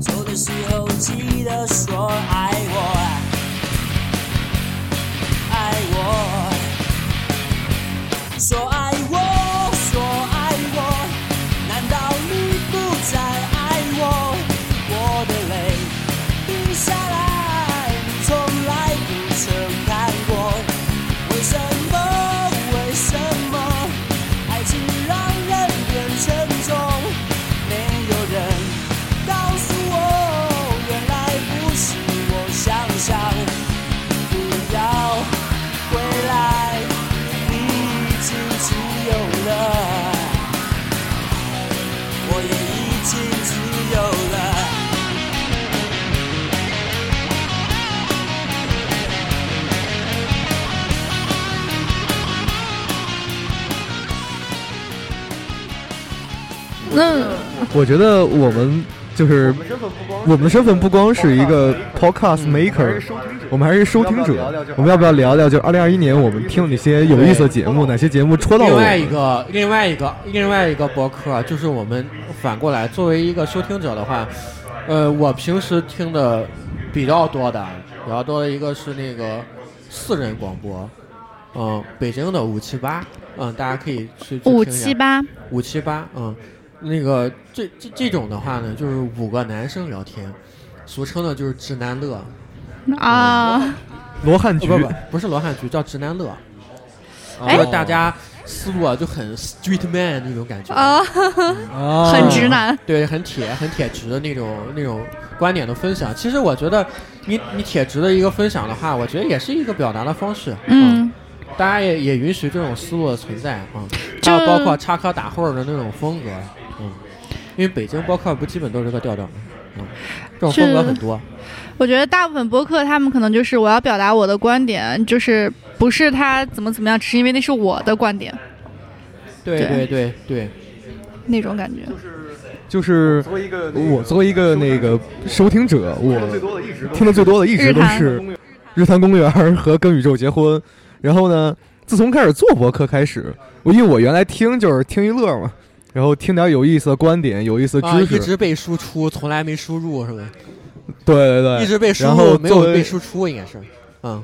S1: 走的时候记得说爱我，爱我，说爱我，说爱我，难道你不再爱我？我的泪。滴下来，你从来不曾看过。为什么？为什么？爱情让人变沉重。没有人告诉我，原来不是我想象。不要回来，你已经自由了，我也已经自由了。
S4: 那
S3: 我觉得我们就是我们的身份不光是一个
S2: 嗯
S3: podcast maker，我们还是收听者。我们要不要聊聊，就二零二一年我们听了哪些有意思的节目，哪些节目戳到了
S2: 另
S3: 我
S2: 外一
S3: 们？
S2: 个，另外一个，另外一个博客，就是我们反过来作为一个收听者的话，呃，我平时听的比较多的，比较多的一个是那个四人广播，嗯，北京的五七八，嗯，大家可以去去听
S4: 五
S2: 一下
S4: 七八，
S2: 五七八，嗯，那个这这这种的话呢，就是五个男生聊天，俗称的就是直男乐，嗯
S4: 啊，
S3: 罗汉
S2: 哦
S3: 局
S2: 不不不是罗汉局，叫直男乐，啊
S4: 哎
S2: 就是大家思路啊就很 street man 那种感觉，
S4: 啊，
S2: 哦
S3: 啊
S4: 很直男，
S2: 对，很铁很铁直的那种那种观点的分享。其实我觉得你你铁直的一个分享的话，我觉得也是一个表达的方式，啊
S4: 嗯，
S2: 大家也也允许这种思路的存在啊，嗯
S4: 就
S2: 还有包括插科打诨儿的那种风格，嗯，因为北京播客不基本都是这个调调吗？嗯，这种风格很多，
S4: 我觉得大部分播客他们可能就是我要表达我的观点，就是不是他怎么怎么样，只是因为那是我的观点
S2: 对对
S4: 对
S2: 对对，
S4: 那种感觉。
S3: 就是
S5: 作为一个
S3: 我作为一个那个收听者，我听的最多的一直都是《日坛公园》和《跟宇宙结婚》。然后呢，自从开始做博客开始，我因为我原来听就是听一乐嘛，然后听点有意思的观点、有意思的
S2: 啊，
S3: 知识，
S2: 一直被输出，从来没输入是吧？
S3: 对对对，
S2: 一直被输
S3: 呃然
S2: 入，
S3: 后
S2: 没
S3: 作
S2: 有
S3: 为
S2: 被输出，应该是，嗯，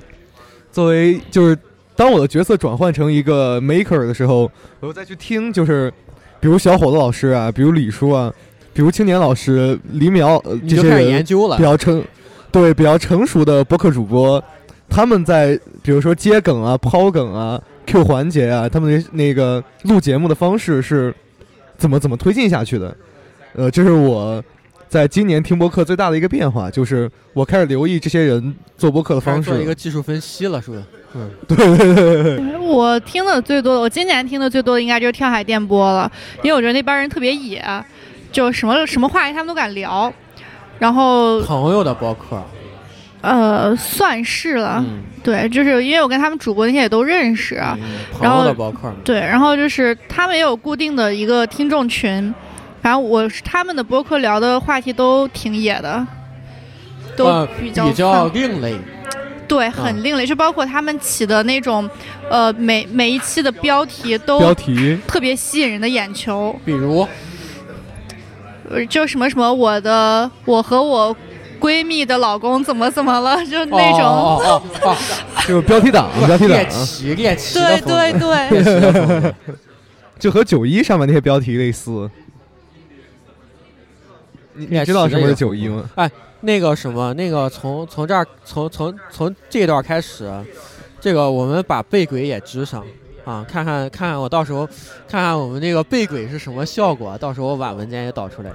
S3: 作为就是当我的角色转换成一个 maker 的时候，我又再去听就是比如小伙子老师啊，比如李叔啊，比如青年老师李淼、呃
S2: 你
S3: 这
S2: 就
S3: 些
S2: 开始
S3: 人
S2: 研究了
S3: 比，较成，对比较成熟的播客主播，他们在比如说接梗啊、抛梗啊、Q 环节啊，他们的那个录节目的方式是怎么怎么推进下去的？呃，这是我在今年听播客最大的一个变化，就是我开始留意这些人做播客的
S2: 开
S3: 方
S2: 始
S3: 式
S2: 做
S3: 了。
S2: 一个技术分析了，是不是？嗯，
S4: 我听的最多的，我今年听的最多的应该就是跳海电波了，因为我觉得那帮人特别野，就什么什么话题他们都敢聊。然后，
S2: 朋友的博
S4: 啊
S2: 客，
S4: 呃，算是了，
S2: 嗯，
S4: 对，就是因为我跟他们主播那些也都认识，
S2: 嗯朋
S4: 然后
S2: 友的博客，
S4: 对，然后就是他们也有固定的一个听众群，反正我是他们的播客聊的话题都挺野的，都
S2: 呃
S4: 比
S2: 比
S4: 较、
S2: 较另类，
S4: 对，很
S2: 嗯
S4: 另类，就包括他们起的那种，呃，每每一期的标题
S3: 标
S4: 都
S3: 题
S4: 特别吸引人的眼球，
S2: 比如
S4: 呃就什么什么我的我和我闺蜜的老公怎么怎么了，就那种，
S2: 哦哦哦 哦
S3: 就是 标题党，
S2: 哦
S3: 标题党
S2: 猎
S3: 啊，
S2: 奇猎奇的
S4: 对
S2: 风格
S4: 对对，
S2: 猎奇的风格
S3: 就和九一上面那些标题类似。你你知道什么是九一吗？
S2: 那个什么，那个从从这儿从从从这段开始，这个我们把背轨也支上啊，看看看看我到时候看看我们这个背轨是什么效果，到时候我把文件也导出来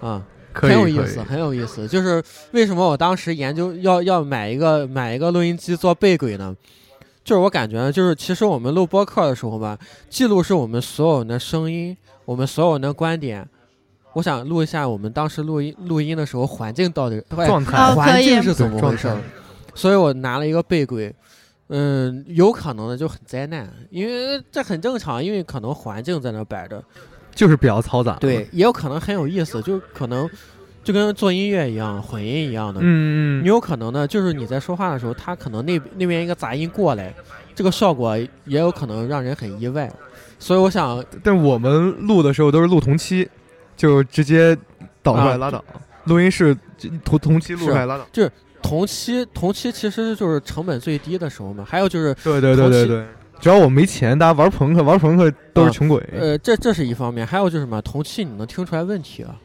S2: 啊，
S3: 可
S2: 很
S3: 以，
S2: 有意
S3: 可以
S2: 思，很有意思。就是为什么我当时研究要要买一个买一个录音机做背轨呢？就是我感觉，就是其实我们录播客的时候吧，记录是我们所有人的声音，我们所有人的观点。我想录一下我们当时录音录音的时候环境到底
S3: 状态
S4: 啊可
S2: 环
S4: 以
S2: 境是怎么回事
S3: 对
S2: 儿
S3: 状态？
S2: 所以我拿了一个背轨，嗯，有可能的就很灾难，因为这很正常，因为可能环境在那摆着，
S3: 就是比较嘈杂。
S2: 对，，也有可能很有意思，就可能就跟做音乐一样，混音一样的，
S3: 嗯
S2: 你有可能呢，就是你在说话的时候，他可能那那边一个杂音过来，这个效果也有可能让人很意外，所以我想
S3: 但我们录的时候都是录同期，就直接导出来
S2: 啊
S3: 拉倒。录音室就同同期录出来拉倒。
S2: 同期同期其实就是成本最低的时候嘛，还有就是
S3: 对对对
S2: 同
S3: 对
S2: 期
S3: 对，只要我没钱，大家玩朋克，玩朋克都是
S2: 啊
S3: 穷鬼。
S2: 呃，这这是一方面，还有就是什么，同期你能听出来问题啊，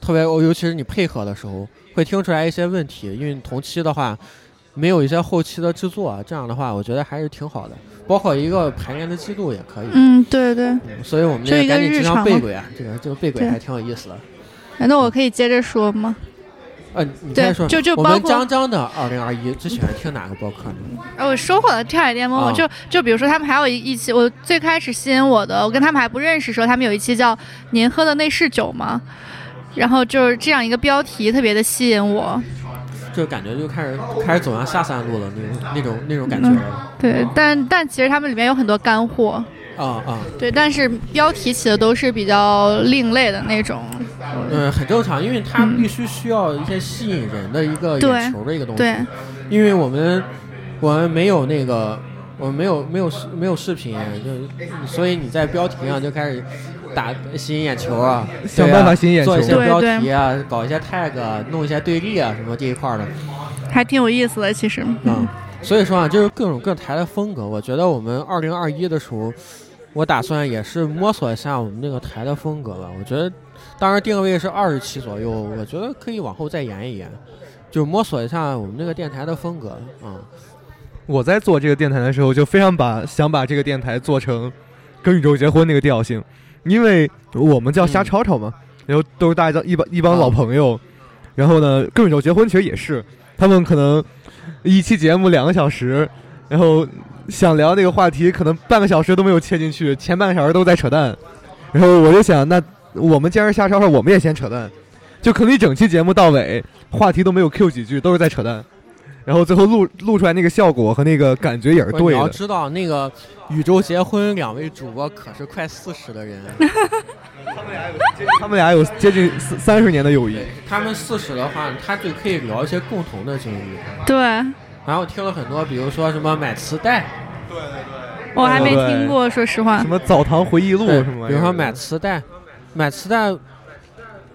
S2: 特别尤其是你配合的时候，会听出来一些问题，因为你同期的话，没有一些后期的制作啊，这样的话，我觉得还是挺好的，包括一个排练的记录也可以。
S4: 嗯，对对。
S2: 嗯所以我们
S4: 就一
S2: 也
S4: 个
S2: 赶紧
S4: 日
S2: 这
S4: 常
S2: 张
S4: 嘛
S2: 背轨啊，这个这个背轨
S4: 对
S2: 还挺有意思的。
S4: 哎那我可以接着说吗？
S2: 呃，你
S4: 对
S2: 再说，
S4: 就就
S2: 我
S4: 包
S2: 们
S4: 括
S2: 张张的二零二一最喜欢听哪个播客呢？
S4: 呃，我说过了跳海联盟，
S2: 啊
S4: 我就就比如说他们还有一一期，我最开始吸引我的，我跟他们还不认识的时候，他们有一期叫“您喝的那是酒吗”，然后就是这样一个标题特别的吸引我。
S2: 就感觉就开始开始走向下三路了那种那种那种感觉
S4: 嗯
S2: 了。
S4: 对，但但其实他们里面有很多干货，
S2: 啊啊，
S4: 对，但是标题起的都是比较另类的那种。
S2: 嗯，很正常，因为它必须需要一些吸引人的一个
S4: 对
S2: 眼球的一个东西。
S4: 对，
S2: 因为我们我们没有那个，我们没有没有视没有视频，就所以你在标题上就开始打吸引眼球啊，
S3: 想
S2: 对啊
S3: 办法吸引眼
S2: 做一
S3: 球
S2: 些
S4: 对
S2: 标
S4: 对
S2: 题啊，搞一些 tag，啊弄一些对立啊什么这一块儿的
S4: 还挺有意思的，其实。
S2: 嗯，所以说啊，就是各种各台的风格。我觉得我们二零二一的时候，我打算也是摸索一下我们那个台的风格吧。我觉得，当然定位是二十期左右，我觉得可以往后再延一延，就摸索一下我们这个电台的风格啊、嗯
S3: 我在做这个电台的时候，就非常把想把这个电台做成跟宇宙结婚那个调性，因为我们叫瞎吵吵嘛，然后都是大家一帮一帮老朋友，然后呢，跟宇宙结婚其实也是，他们可能一期节目两个小时，然后想聊那个话题，可能半个小时都没有切进去，前半个小时都在扯淡，然后我就想，那我们既然是瞎吵吵，我们也先扯淡，就可能一整期节目到尾，话题都没有 Q 几句，都是在扯淡。然后最后录录出来那个效果和那个感觉也是
S2: 不过
S3: 对
S2: 你要
S3: 的，
S2: 知道，那个宇宙结婚两位主播可是快四十的 人，
S3: 他们俩有接近三三十年的友谊。
S2: 他们四十的话，他就可以聊一些共同的经历。
S4: 对，
S2: 然后听了很多，比如说什么买磁带，
S4: 我还没
S3: 对
S4: 听过，说实话
S3: 什。么澡堂回忆录
S2: 对，
S3: 什么玩意儿？
S2: 比如说买磁带，买磁带，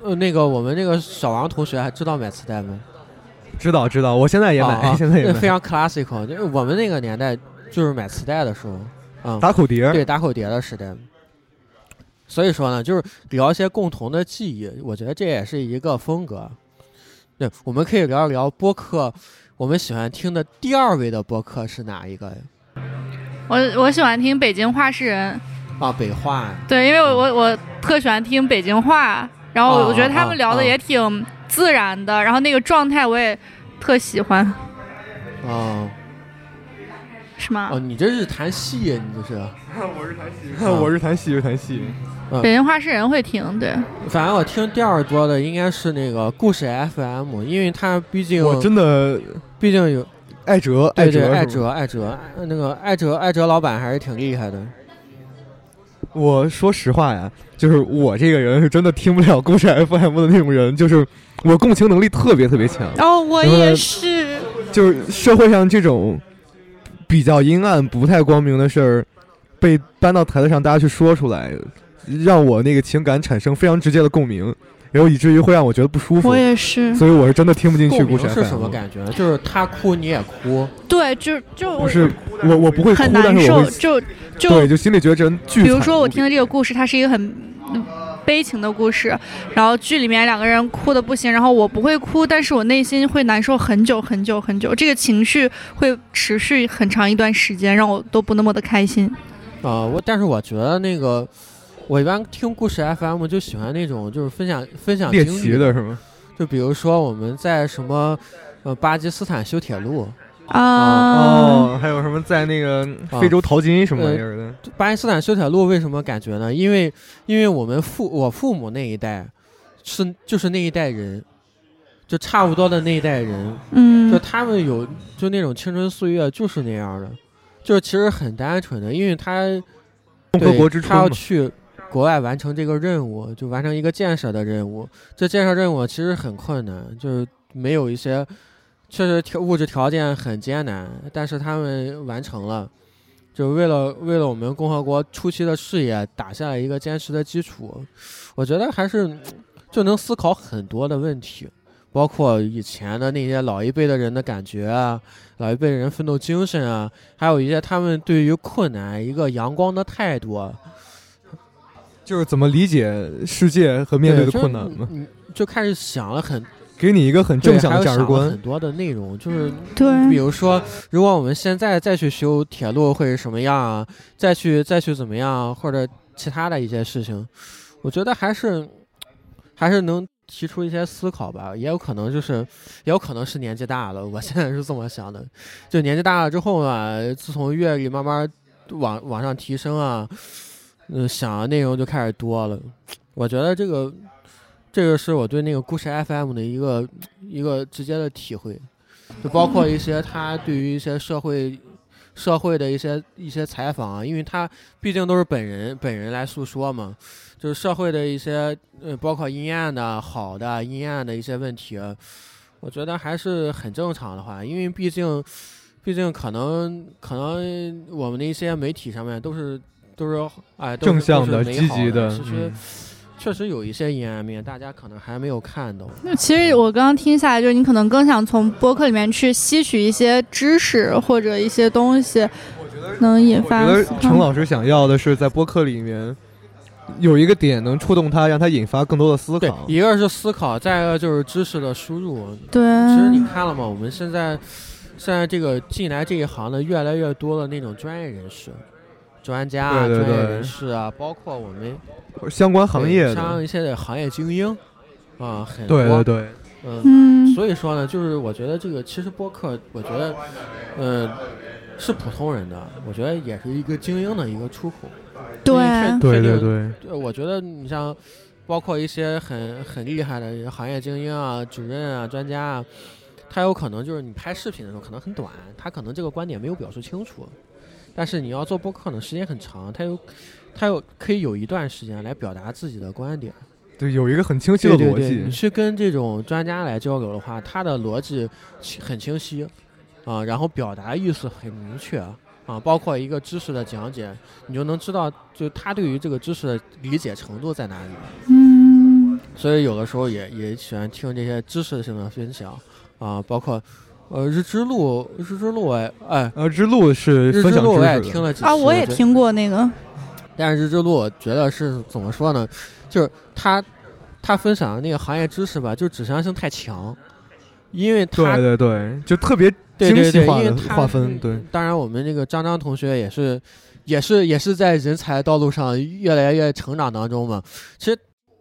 S2: 呃，那个我们那个小王同学还知道买磁带吗？
S3: 知道知道，我现在也买，
S2: 啊啊
S3: 现在也
S2: 那非常
S3: 买。
S2: classical，就是我们那个年代就是买磁带的时候，嗯，
S3: 打口碟儿，
S2: 对打口碟的时代。所以说呢，就是聊一些共同的记忆，我觉得这也是一个风格。对，我们可以聊一聊播客，我们喜欢听的第二位的播客是哪一个呀？
S4: 我我喜欢听北京话事人。
S2: 啊，北话。
S4: 对，因为我我我特喜欢听北京话，然后
S2: 啊
S4: 我觉得他
S3: 哦
S4: 们聊
S2: 啊
S4: 的也挺自然的，然后那个状态我也特喜欢，
S2: 哦
S4: 是吗？
S2: 哦，你这是谈戏呀，你这是。
S3: 我是谈戏，是谈戏。
S2: 嗯
S4: 北京话事人会听，对，
S2: 反正我听第二多的应该是那个故事 FM，因为它毕竟
S3: 我真的
S2: 毕竟有
S3: 艾哲，
S2: 对
S3: 哲
S2: 对
S3: 是吧，
S2: 艾哲艾哲呃那个艾哲艾哲老板还是挺厉害的。
S3: 我说实话呀，就是我这个人是真的听不了故事 FM 的那种人，就是我共情能力特别特别强，
S4: 哦，我
S3: 因为
S4: 也是，
S3: 就是社会上这种比较阴暗、不太光明的事儿，被搬到台子上大家去说出来，让我那个情感产生非常直接的共鸣，然后以至于会让我觉得不舒服
S4: 我。也是，
S3: 所以我是真的听不进去
S2: 共
S3: 故
S2: 鸣
S3: 事 FM。
S2: 是什么感觉呢？就是他哭你也哭，
S4: 对，就就
S3: 不是我我不会哭，
S4: 很
S3: 但
S4: 难
S3: 是我
S4: 受，
S3: 会
S4: 就就
S3: 对，就心里觉得这人巨
S4: 比如
S3: 惨
S4: 说
S3: 无
S4: 我
S3: 比
S4: 听的这个故事，它是一个很嗯悲情的故事，然后剧里面两个人哭的不行，然后我不会哭，但是我内心会难受很久很久很久，这个情绪会持续很长一段时间，让我都不那么的开心。
S2: 啊、我但是我觉得那个，我一般听故事 FM 就喜欢那种就是分享分享
S3: 猎
S2: 经
S3: 奇
S2: 历，
S3: 的是吗？
S2: 就比如说我们在什么呃巴基斯坦修铁路，
S4: 啊、
S3: 哦，还有什么在那个
S2: 啊
S3: 非洲淘金什么玩意儿的？
S2: 巴基斯坦修铁路为什么感觉呢？因为因为我们父我父母那一代是就是那一代人，就差不多的那一代人，就
S4: 嗯，
S2: 他们有就那种青春岁月就是那样的，就是其实很单纯的，因为他
S3: 共和
S2: 对
S3: 国之
S2: 他要
S3: 春嘛，
S2: 去国外完成这个任务，就完成一个建设的任务。这建设任务其实很困难，就是没有一些确实条物质条件很艰难，但是他们完成了，就为了为了我们共和国初期的事业打下了一个坚实的基础。我觉得还是嗯就能思考很多的问题。包括以前的那些老一辈的人的感觉啊，老一辈人奋斗精神啊，还有一些他们对于困难一个阳光的态度啊，
S3: 就是怎么理解世界和面对的困难嘛，
S2: 嘛，就开始想了很
S3: 给你一个很正向的
S2: 对还有
S3: 价
S2: 想
S3: 值
S2: 了
S3: 观
S2: 很。多的内容，就是嗯比
S4: 对，
S2: 如说，如果我们现在再去修铁路会是什么样啊？再去再去怎么样啊，或者其他的一些事情，我觉得还是还是能提出一些思考吧。也有可能就是，也有可能是年纪大了，我现在是这么想的。就年纪大了之后啊，自从阅历慢慢往往上提升啊，嗯、想的内容就开始多了。我觉得这个。这个是我对那个故事 FM 的一个一个直接的体会。就包括一些他对于一些社会、社会的一些一些采访啊，因为他毕竟都是本人本人来诉说嘛，就是社会的一些呃，包括阴暗的、好的、阴暗的一些问题，啊我觉得还是很正常的话，因为毕竟，毕竟可能可能我们的一些媒体上面都是都是哎都是
S3: 正向
S2: 都
S3: 的、
S2: 是美
S3: 积
S2: 好
S3: 极
S2: 的，
S3: 的，
S2: 其实、
S3: 嗯
S2: 确实有一些阴暗面，大家可能还没有看到。
S4: 那其实我刚刚听下来，就是你可能更想从播客里面去吸取一些知识或者一些东西，能引
S3: 我
S4: 发
S3: 觉得
S4: 思考
S3: 程老师想要的是在播客里面有一个点能触动他，让他引发更多的思
S2: 对，
S3: 考。
S2: 一个是思考，再一个就是知识的输入。
S4: 对，
S2: 其实你看了吗？我们现在现在这个进来这一行的越来越多的那种专业人士、专家啊、
S3: 对对
S2: 专业
S3: 对
S2: 人士啊，包括我们
S3: 相关行业的，
S2: 像一些的行业精英啊，很多。
S3: 对对对，
S2: 嗯，
S4: 嗯，
S2: 所以说呢，就是我觉得这个其实播客，我觉得，呃，是普通人的，我觉得也是一个精英的一个出口。
S4: 对，
S2: 确
S3: 对
S2: 定
S3: 对对，
S2: 呃，我觉得你像，包括一些很很厉害的行业精英啊、主任啊、专家啊，他有可能就是你拍视频的时候可能很短，他可能这个观点没有表述清楚，但是你要做播客呢，时间很长，他有他有可以有一段时间来表达自己的观点。
S3: 对有一个很清晰的
S2: 对对
S3: 逻
S2: 对，
S3: 辑
S2: 你。去跟这种专家来交流的话，他的逻辑清很清晰啊、然后表达意思很明确啊、包括一个知识的讲解，你就能知道就他对于这个知识的理解程度在哪里。
S4: 嗯，
S2: 所以有的时候也也喜欢听这些知识性的分享啊、包括呃日之路，日之路哎哎，
S3: 呃，之路是
S2: 日
S3: 分
S2: 之
S3: 享
S2: 路我也
S3: 知识
S2: 听
S3: 的，
S2: 了几期
S4: 啊，我也
S2: 觉得
S4: 听过那个，
S2: 但是日之路，我觉得是怎么说呢？就是他他分享的那个行业知识吧，就指向性太强，因为他
S3: 对对对，就特别
S2: 对
S3: 精
S2: 对
S3: 细
S2: 对，
S3: 化
S2: 因为
S3: 的
S2: 他嗯
S3: 划分，对。
S2: 当然，我们那个张张同学也是，也是也是在人才道路上越来越成长当中嘛。其实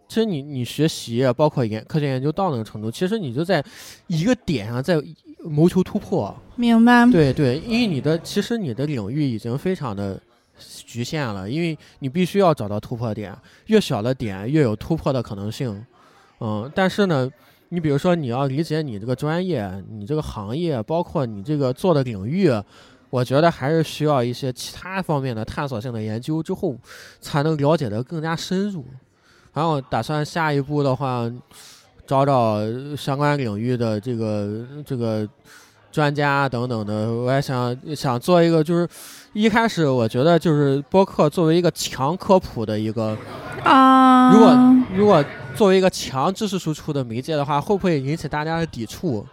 S2: 其实你你学习啊包括研科学研究到那个程度，其实你就在一个点上在谋求突破。
S4: 明白。
S2: 对对，因为你的其实你的领域已经非常的局限了，因为你必须要找到突破点，越小的点越有突破的可能性。嗯，但是呢，你比如说你要理解你这个专业、你这个行业，包括你这个做的领域，我觉得还是需要一些其他方面的探索性的研究之后，才能了解的更加深入。然后打算下一步的话，找找相关领域的这个这个专家啊等等的，我也想想做一个，就是一开始我觉得就是播客作为一个强科普的一个，
S4: 啊、
S2: 如果如果作为一个强知识输出的媒介的话，会不会引起大家的抵触？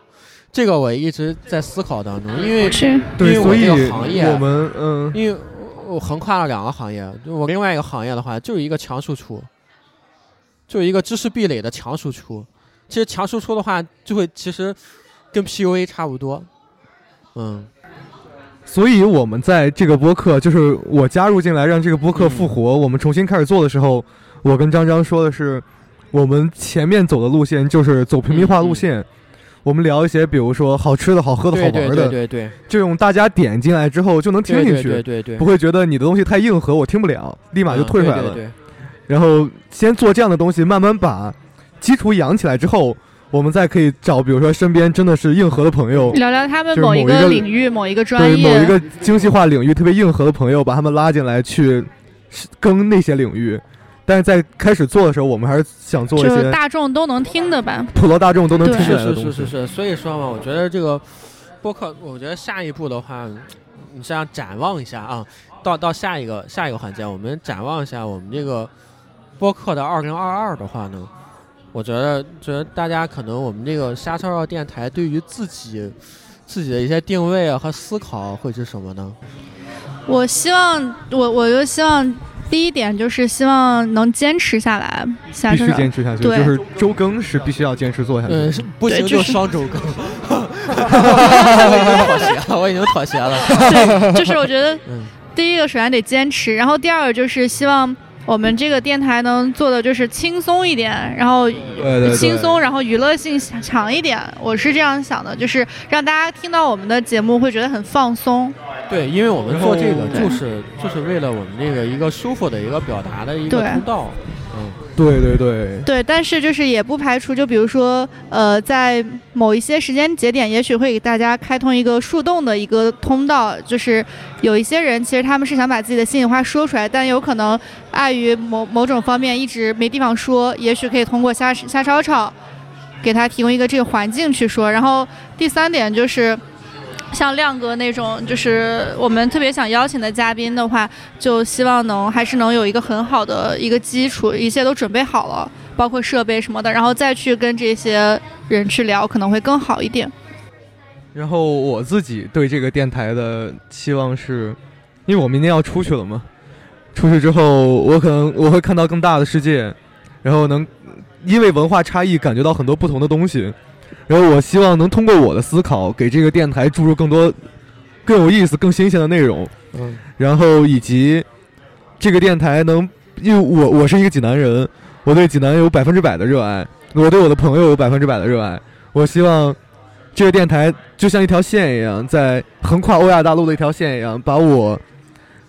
S2: 这个我一直在思考当中，因为
S4: 是
S2: 因
S3: 对，
S2: 为我
S3: 所以
S2: 这个行业
S3: 我们嗯，
S2: 因为我横跨了两个行业，就我另外一个行业的话，就是一个强输出，就是一个知识壁垒的强输出。其实强输出的话，就会其实跟 PUA 差不多，嗯。
S3: 所以我们在这个播客，就是我加入进来让这个播客复活，
S2: 嗯
S3: 我们重新开始做的时候，我跟张张说的是，我们前面走的路线就是走平民化路线。我们聊一些，比如说好吃的好喝的好
S2: 对
S3: 玩的，
S2: 嗯对对对对，
S3: 这种大家点进来之后就能听
S2: 对
S3: 进
S2: 对
S3: 去，
S2: 对对对，
S3: 不会觉得你的东西太硬核，我听不了，立马就
S2: 嗯
S3: 退出来了。
S2: 对对对
S3: 然后先做这样的东西，慢慢把基础养起来之后，我们再可以找，比如说身边真的是硬核的朋友，
S4: 聊聊他们
S3: 就是
S4: 某
S3: 某
S4: 一
S3: 一
S4: 个
S3: 个
S4: 领域、某一个专
S3: 对
S4: 业、
S3: 某一个精细化领域特别硬核的朋友，把他们拉进来去更那些领域。但是在开始做的时候，我们还是想做一
S4: 就是
S3: 些
S4: 大众都能听的吧。
S3: 普罗大众都能听
S4: 对
S3: 起来
S2: 是是
S3: 的东
S2: 是
S3: 西
S2: 是。是，所以说嘛，我觉得这个播客，我觉得下一步的话，你这样展望一下啊，到到下一个下一个环节，我们展望一下我们这个播客的二零二二的话呢，我觉得觉得大家可能我们这个瞎吵吵电台对于自己自己的一些定位啊和思考会是什么呢？
S3: 嗯
S4: 我希望，我我就希望第一点就是希望能坚持下来，下
S3: 必须
S4: 手
S3: 坚持下去，就
S4: 对
S3: 是周更是必须要坚持做下去。
S2: 嗯，不
S4: 对
S2: 行
S4: 就
S2: 就是双周 更，我已经妥协了，我已经妥协了。
S4: 对，就是我觉得
S2: 嗯
S4: 第一个首先得坚持，然后第二个就是希望我们这个电台能做的就是轻松一点，然后
S3: 对对对
S4: 轻松，然后娱乐性强一点。我是这样想的，就是让大家听到我们的节目会觉得很放松。
S2: 对，因为我们做这个
S3: 然
S4: 后
S2: 就是就是为了我们这个一个舒服的一个表达的一个
S4: 对
S2: 通道，嗯，
S3: 对对对，
S4: 对，但是就是也不排除，就比如说，呃，在某一些时间节点，也许会给大家开通一个树洞的一个通道。就是有一些人其实他们是想把自己的心里话说出来，但有可能碍于某某种方面一直没地方说，也许可以通过瞎瞎吵吵，给他提供一个这个环境去说。然后第三点就是。像亮哥那种，就是我们特别想邀请的嘉宾的话，就希望能还是能有一个很好的一个基础，一切都准备好了，包括设备什么的，然后再去跟这些人去聊，可能会更好一点。
S3: 然后我自己对这个电台的期望是，因为我明天要出去了嘛，出去之后我可能我会看到更大的世界，然后能因为文化差异感觉到很多不同的东西，然后我希望能通过我的思考给这个电台注入更多更有意思、更新鲜的内容，
S2: 嗯
S3: 然后以及这个电台能，因为我我是一个济南人，我对济南有百分之百的热爱，我对我的朋友有百分之百的热爱。我希望这个电台就像一条线一样，在横跨欧亚大陆的一条线一样，把我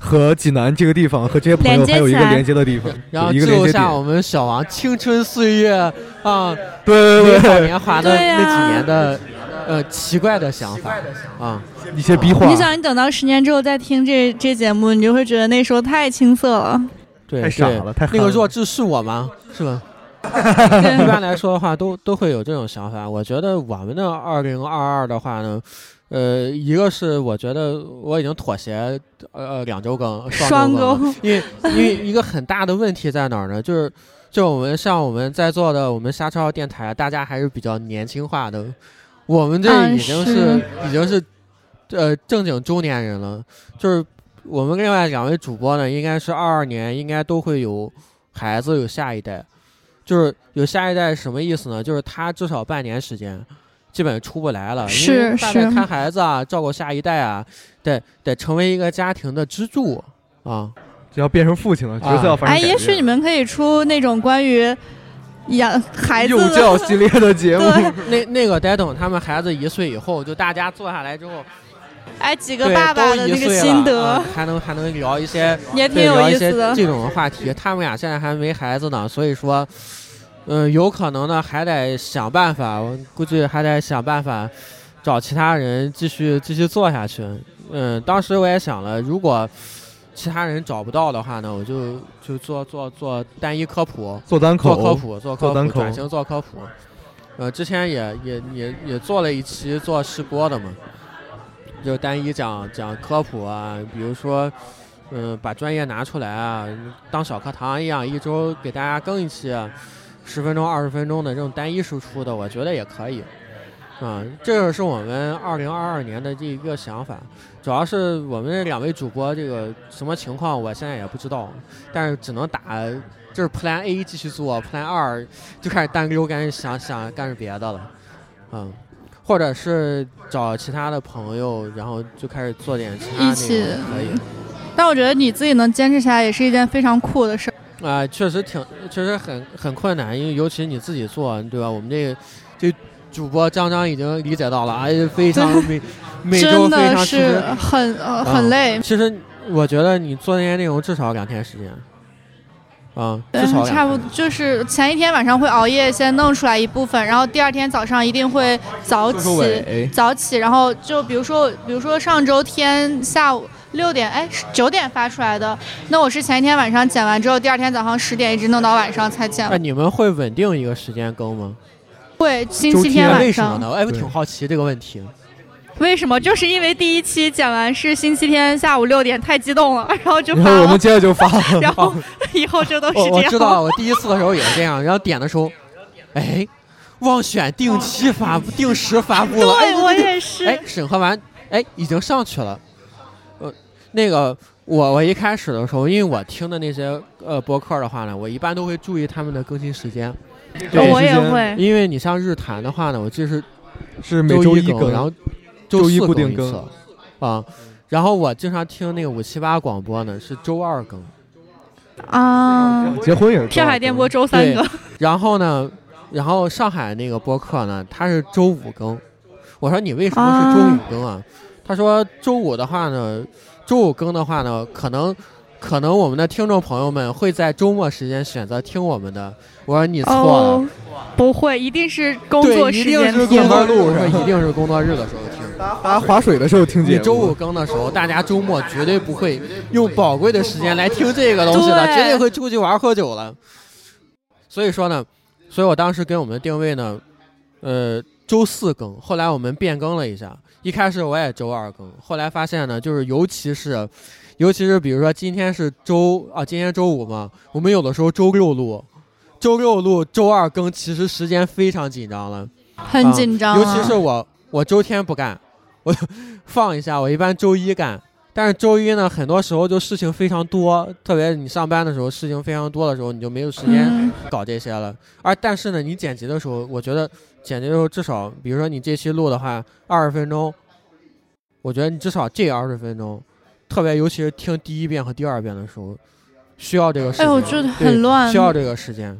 S3: 和济南这个地方和这些朋友
S4: 连接
S3: 还有一个
S4: 起来
S3: 连接的地方，
S2: 然后
S3: 有一个
S2: 记录
S3: 连接
S2: 下
S3: 点。
S2: 我们小王青春岁月啊，
S3: 对
S2: 美
S3: 对
S2: 好
S3: 对
S2: 年华的
S4: 对呀
S2: 那几年的呃奇怪的想法啊，
S3: 对，一些逼话
S4: 你，想，你等到十年之后再听这这节目，你就会觉得那时候太青 涩了。
S2: 对，
S3: 太傻
S2: 对
S3: 了太憨
S2: 那个
S3: 了
S2: 弱智是我吗？是吧？一 般来说的话，都都会有这种想法。我觉得我们的二零二二的话呢，呃，一个是我觉得我已经妥协，呃呃，两周更，
S4: 双
S2: 周更了
S4: 更
S2: 因 为因为一个很大的问题在哪儿呢？就是就我们像我们在座的我们瞎超电台，大家还是比较年轻化的，我们这
S4: 嗯
S2: 已经啊是、
S4: 是
S2: 已经是呃正经中年人了，就是我们另外两位主播呢，应该是二二年应该都会有孩子有下一代，就是有下一代是什么意思呢？就是他至少半年时间。基本出不来了，因为
S4: 是
S2: 大概
S4: 是
S2: 看孩子啊，照顾下一代啊，得得成为一个家庭的支柱啊。
S3: 只要变成父亲了，角色要发生
S4: 哎，
S3: 改变
S4: 也许你们可以出那种关于养孩子
S3: 幼
S4: 的，
S3: 教系列的节目，
S4: 对
S2: 那那个得等他们孩子一岁以后，就大家坐下来之后，
S4: 哎，几个
S2: 对，
S4: 爸爸
S2: 都
S4: 的
S2: 一
S4: 那个
S2: 岁了
S4: 心得
S2: 啊，还能还能聊一些，
S4: 也挺
S2: 对，
S4: 有
S2: 聊
S4: 意
S2: 一些
S4: 思的。
S2: 这种的话题。他们俩现在还没孩子呢，所以说，嗯、有可能呢还得想办法，我估计还得想办法找其他人继续继续做下去。嗯，当时我也想了，如果其他人找不到的话呢，我就就做做做单一科普，
S3: 做单
S2: 做
S3: 口，
S2: 科普，做科
S3: 做单
S2: 普，
S3: 口
S2: 转型做科普。呃，之前也也也也做了一期做试播的嘛，就单一讲讲科普啊，比如说，嗯、把专业拿出来啊，当小课堂一样，一周给大家更一期，啊十分钟、二十分钟的这种单一输出的，我觉得也可以。啊、这个是我们二零二二年的这一个想法，主要是我们这两位主播这个什么情况，我现在也不知道，但是只能打就是 Plan A 继续做，Plan 二就开始单溜，赶紧想想干别的了，嗯，或者是找其他的朋友，然后就开始做点其他
S4: 一
S2: 内
S4: 起
S2: 容可以。
S4: 但我觉得你自己能坚持下来，也是一件非常酷的事儿。
S2: 啊、确实挺，确实很很困难，因为尤其你自己做，对吧？我们这个这主播张张已经理解到了，而且非常每每周非
S4: 真的
S2: 常其
S4: 是
S2: 实
S4: 很呃
S2: 啊
S4: 很累，
S2: 其实我觉得你做那些内容至少两天时间，啊、
S4: 对
S2: 至少两
S4: 嗯差不
S2: 天
S4: 多就是前一天晚上会熬夜先弄出来一部分，然后第二天早上一定会早
S3: 收收
S4: 起，
S3: 尾，
S4: 早起，然后就比如说，比如说上周天下午六点，哎，九点发出来的，那我是前一天晚上剪完之后，第二天早上十点一直弄到晚上才剪
S2: 哎，，你们会稳定一个时间更吗？
S4: 会星
S3: 周
S4: 期
S3: 天
S4: 天晚
S2: 为什么
S4: 上。
S2: 呢？哎，我
S3: 对
S2: 挺好奇这个问题。
S4: 为什么？就是因为第一期剪完是星期天下午六点，太激动了， 然后就
S3: 然
S4: 发
S3: 后我
S4: 了
S3: 们，接着就发了，
S4: 然后以后就都是这
S2: 我
S4: 样。
S2: 我知道，我第一次的时候也是这样，然后点的时候，哎，忘选定期发布、定时发布了，哎
S4: 对，我也是。
S2: 哎，审核完，哎，已经上去了。呃，那个，我我一开始的时候，因为我听的那些呃播客的话呢，我一般都会注意他们的更新时间，哦
S3: 对
S4: 我也
S3: 时间
S4: 会，
S2: 因为你像日坛的话呢，我记得是
S3: 是每周
S2: 一
S3: 更，
S2: 然后
S3: 周一
S2: 四
S3: 固定
S2: 一
S3: 更
S2: 次啊。然后我经常听那个五七八广播呢，是周二更。
S4: 啊，
S3: 结婚也是
S4: 天海电波周三
S2: 对
S4: 更，
S2: 然后呢，然后上海那个播客呢，它是周五更。我说你为什么是周五更啊？他说周五的话呢，周五更的话呢，可能可能我们的听众朋友们会在周末时间选择听我们的。我说你错了，
S4: 哦，不会，一定是工
S2: 对，
S4: 作时
S2: 一
S4: 间
S2: 定是
S4: 听
S2: 工作
S3: 工作
S2: 日
S3: 路上
S2: 一定是工作日的时候听。
S3: 大家划水的时候听节
S2: 你
S3: 目，
S2: 周五更的时候，大家周末绝对不会用宝贵的时间来听这个东西的，
S4: 对
S2: 绝对会出去玩喝酒了。所以说呢，所以我当时给我们的定位呢，呃，周四更，后来我们变更了一下，一开始我也周二更，后来发现呢，就是尤其是，尤其是比如说今天是周啊，今天周五嘛，我们有的时候周六录。周六录，周二更，其实时间非常紧张了。
S4: 很紧张、啊
S2: 尤其是我，我周天不干，我 放一下，我一般周一干。但是周一呢，很多时候就事情非常多，特别是你上班的时候事情非常多的时候，你就没有时间
S4: 嗯
S2: 搞这些了。而但是呢，你剪辑的时候，我觉得剪辑的时候至少，比如说你这期录的话，二十分钟，我觉得你至少这二十分钟，特别尤其是听第一遍和第二遍的时候，需要这个时
S4: 哎，
S2: 间，
S4: 我觉得
S2: 对
S4: 很乱
S2: 需。要这个时间。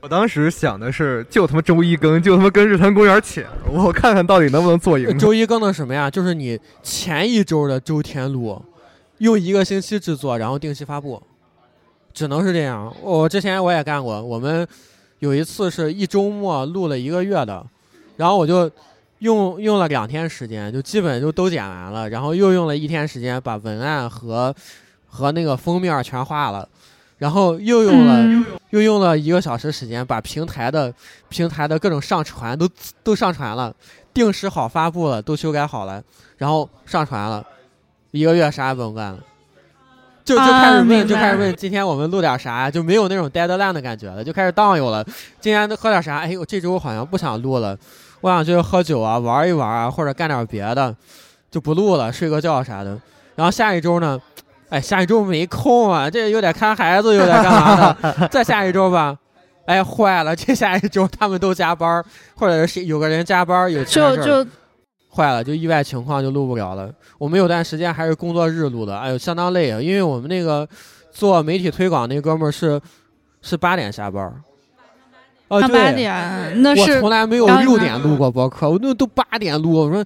S3: 我当时想的是，就他妈周一更，就他妈跟日坛公园抢，我看看到底能不能做 赢他。
S2: 周一更的什么呀？ 就是你前一周的周天录，用一个星期制作，然后定期发布，只能是这样。我之前我也干过，我们有一次是一周末录了一个月的，然后我就用用了两天时间，就基本就都剪完了，然后又用了一天时间把文案和和那个封面全画了，然后又用了、
S4: 嗯，
S2: 又用了一个小时时间，把平台的平台的各种上传都都上传了，定时好发布了，都修改好了，然后上传了，一个月啥也不用干了，就就
S4: 啊
S2: 开始问，
S4: 明白
S2: 就开始问今天我们录点啥，就没有那种 deadline 的感觉了，就开始荡悠了。今天喝点啥？哎，我这周好像不想录了，我想去喝酒啊，玩一玩啊，或者干点别的，就不录了，睡个觉啥的。然后下一周呢，哎，下一周没空啊，这又得看孩子，又得干嘛的？再下一周吧，哎，坏了，这下一周他们都加班儿，或者是有个人加班儿，有其他
S4: 就
S2: 事儿啊
S4: 就
S2: 坏了，就意外情况就录不了了。我们有段时间还是工作日录的，哎呦，相当累啊，因为我们那个做媒体推广那哥们儿是是八点下班儿，哦，
S4: 上八
S2: 对，
S4: 点，那
S2: 我
S4: 是
S2: 从来没有
S4: 然后
S2: 六
S4: 呢
S2: 点录过播客，我那都八点录。我说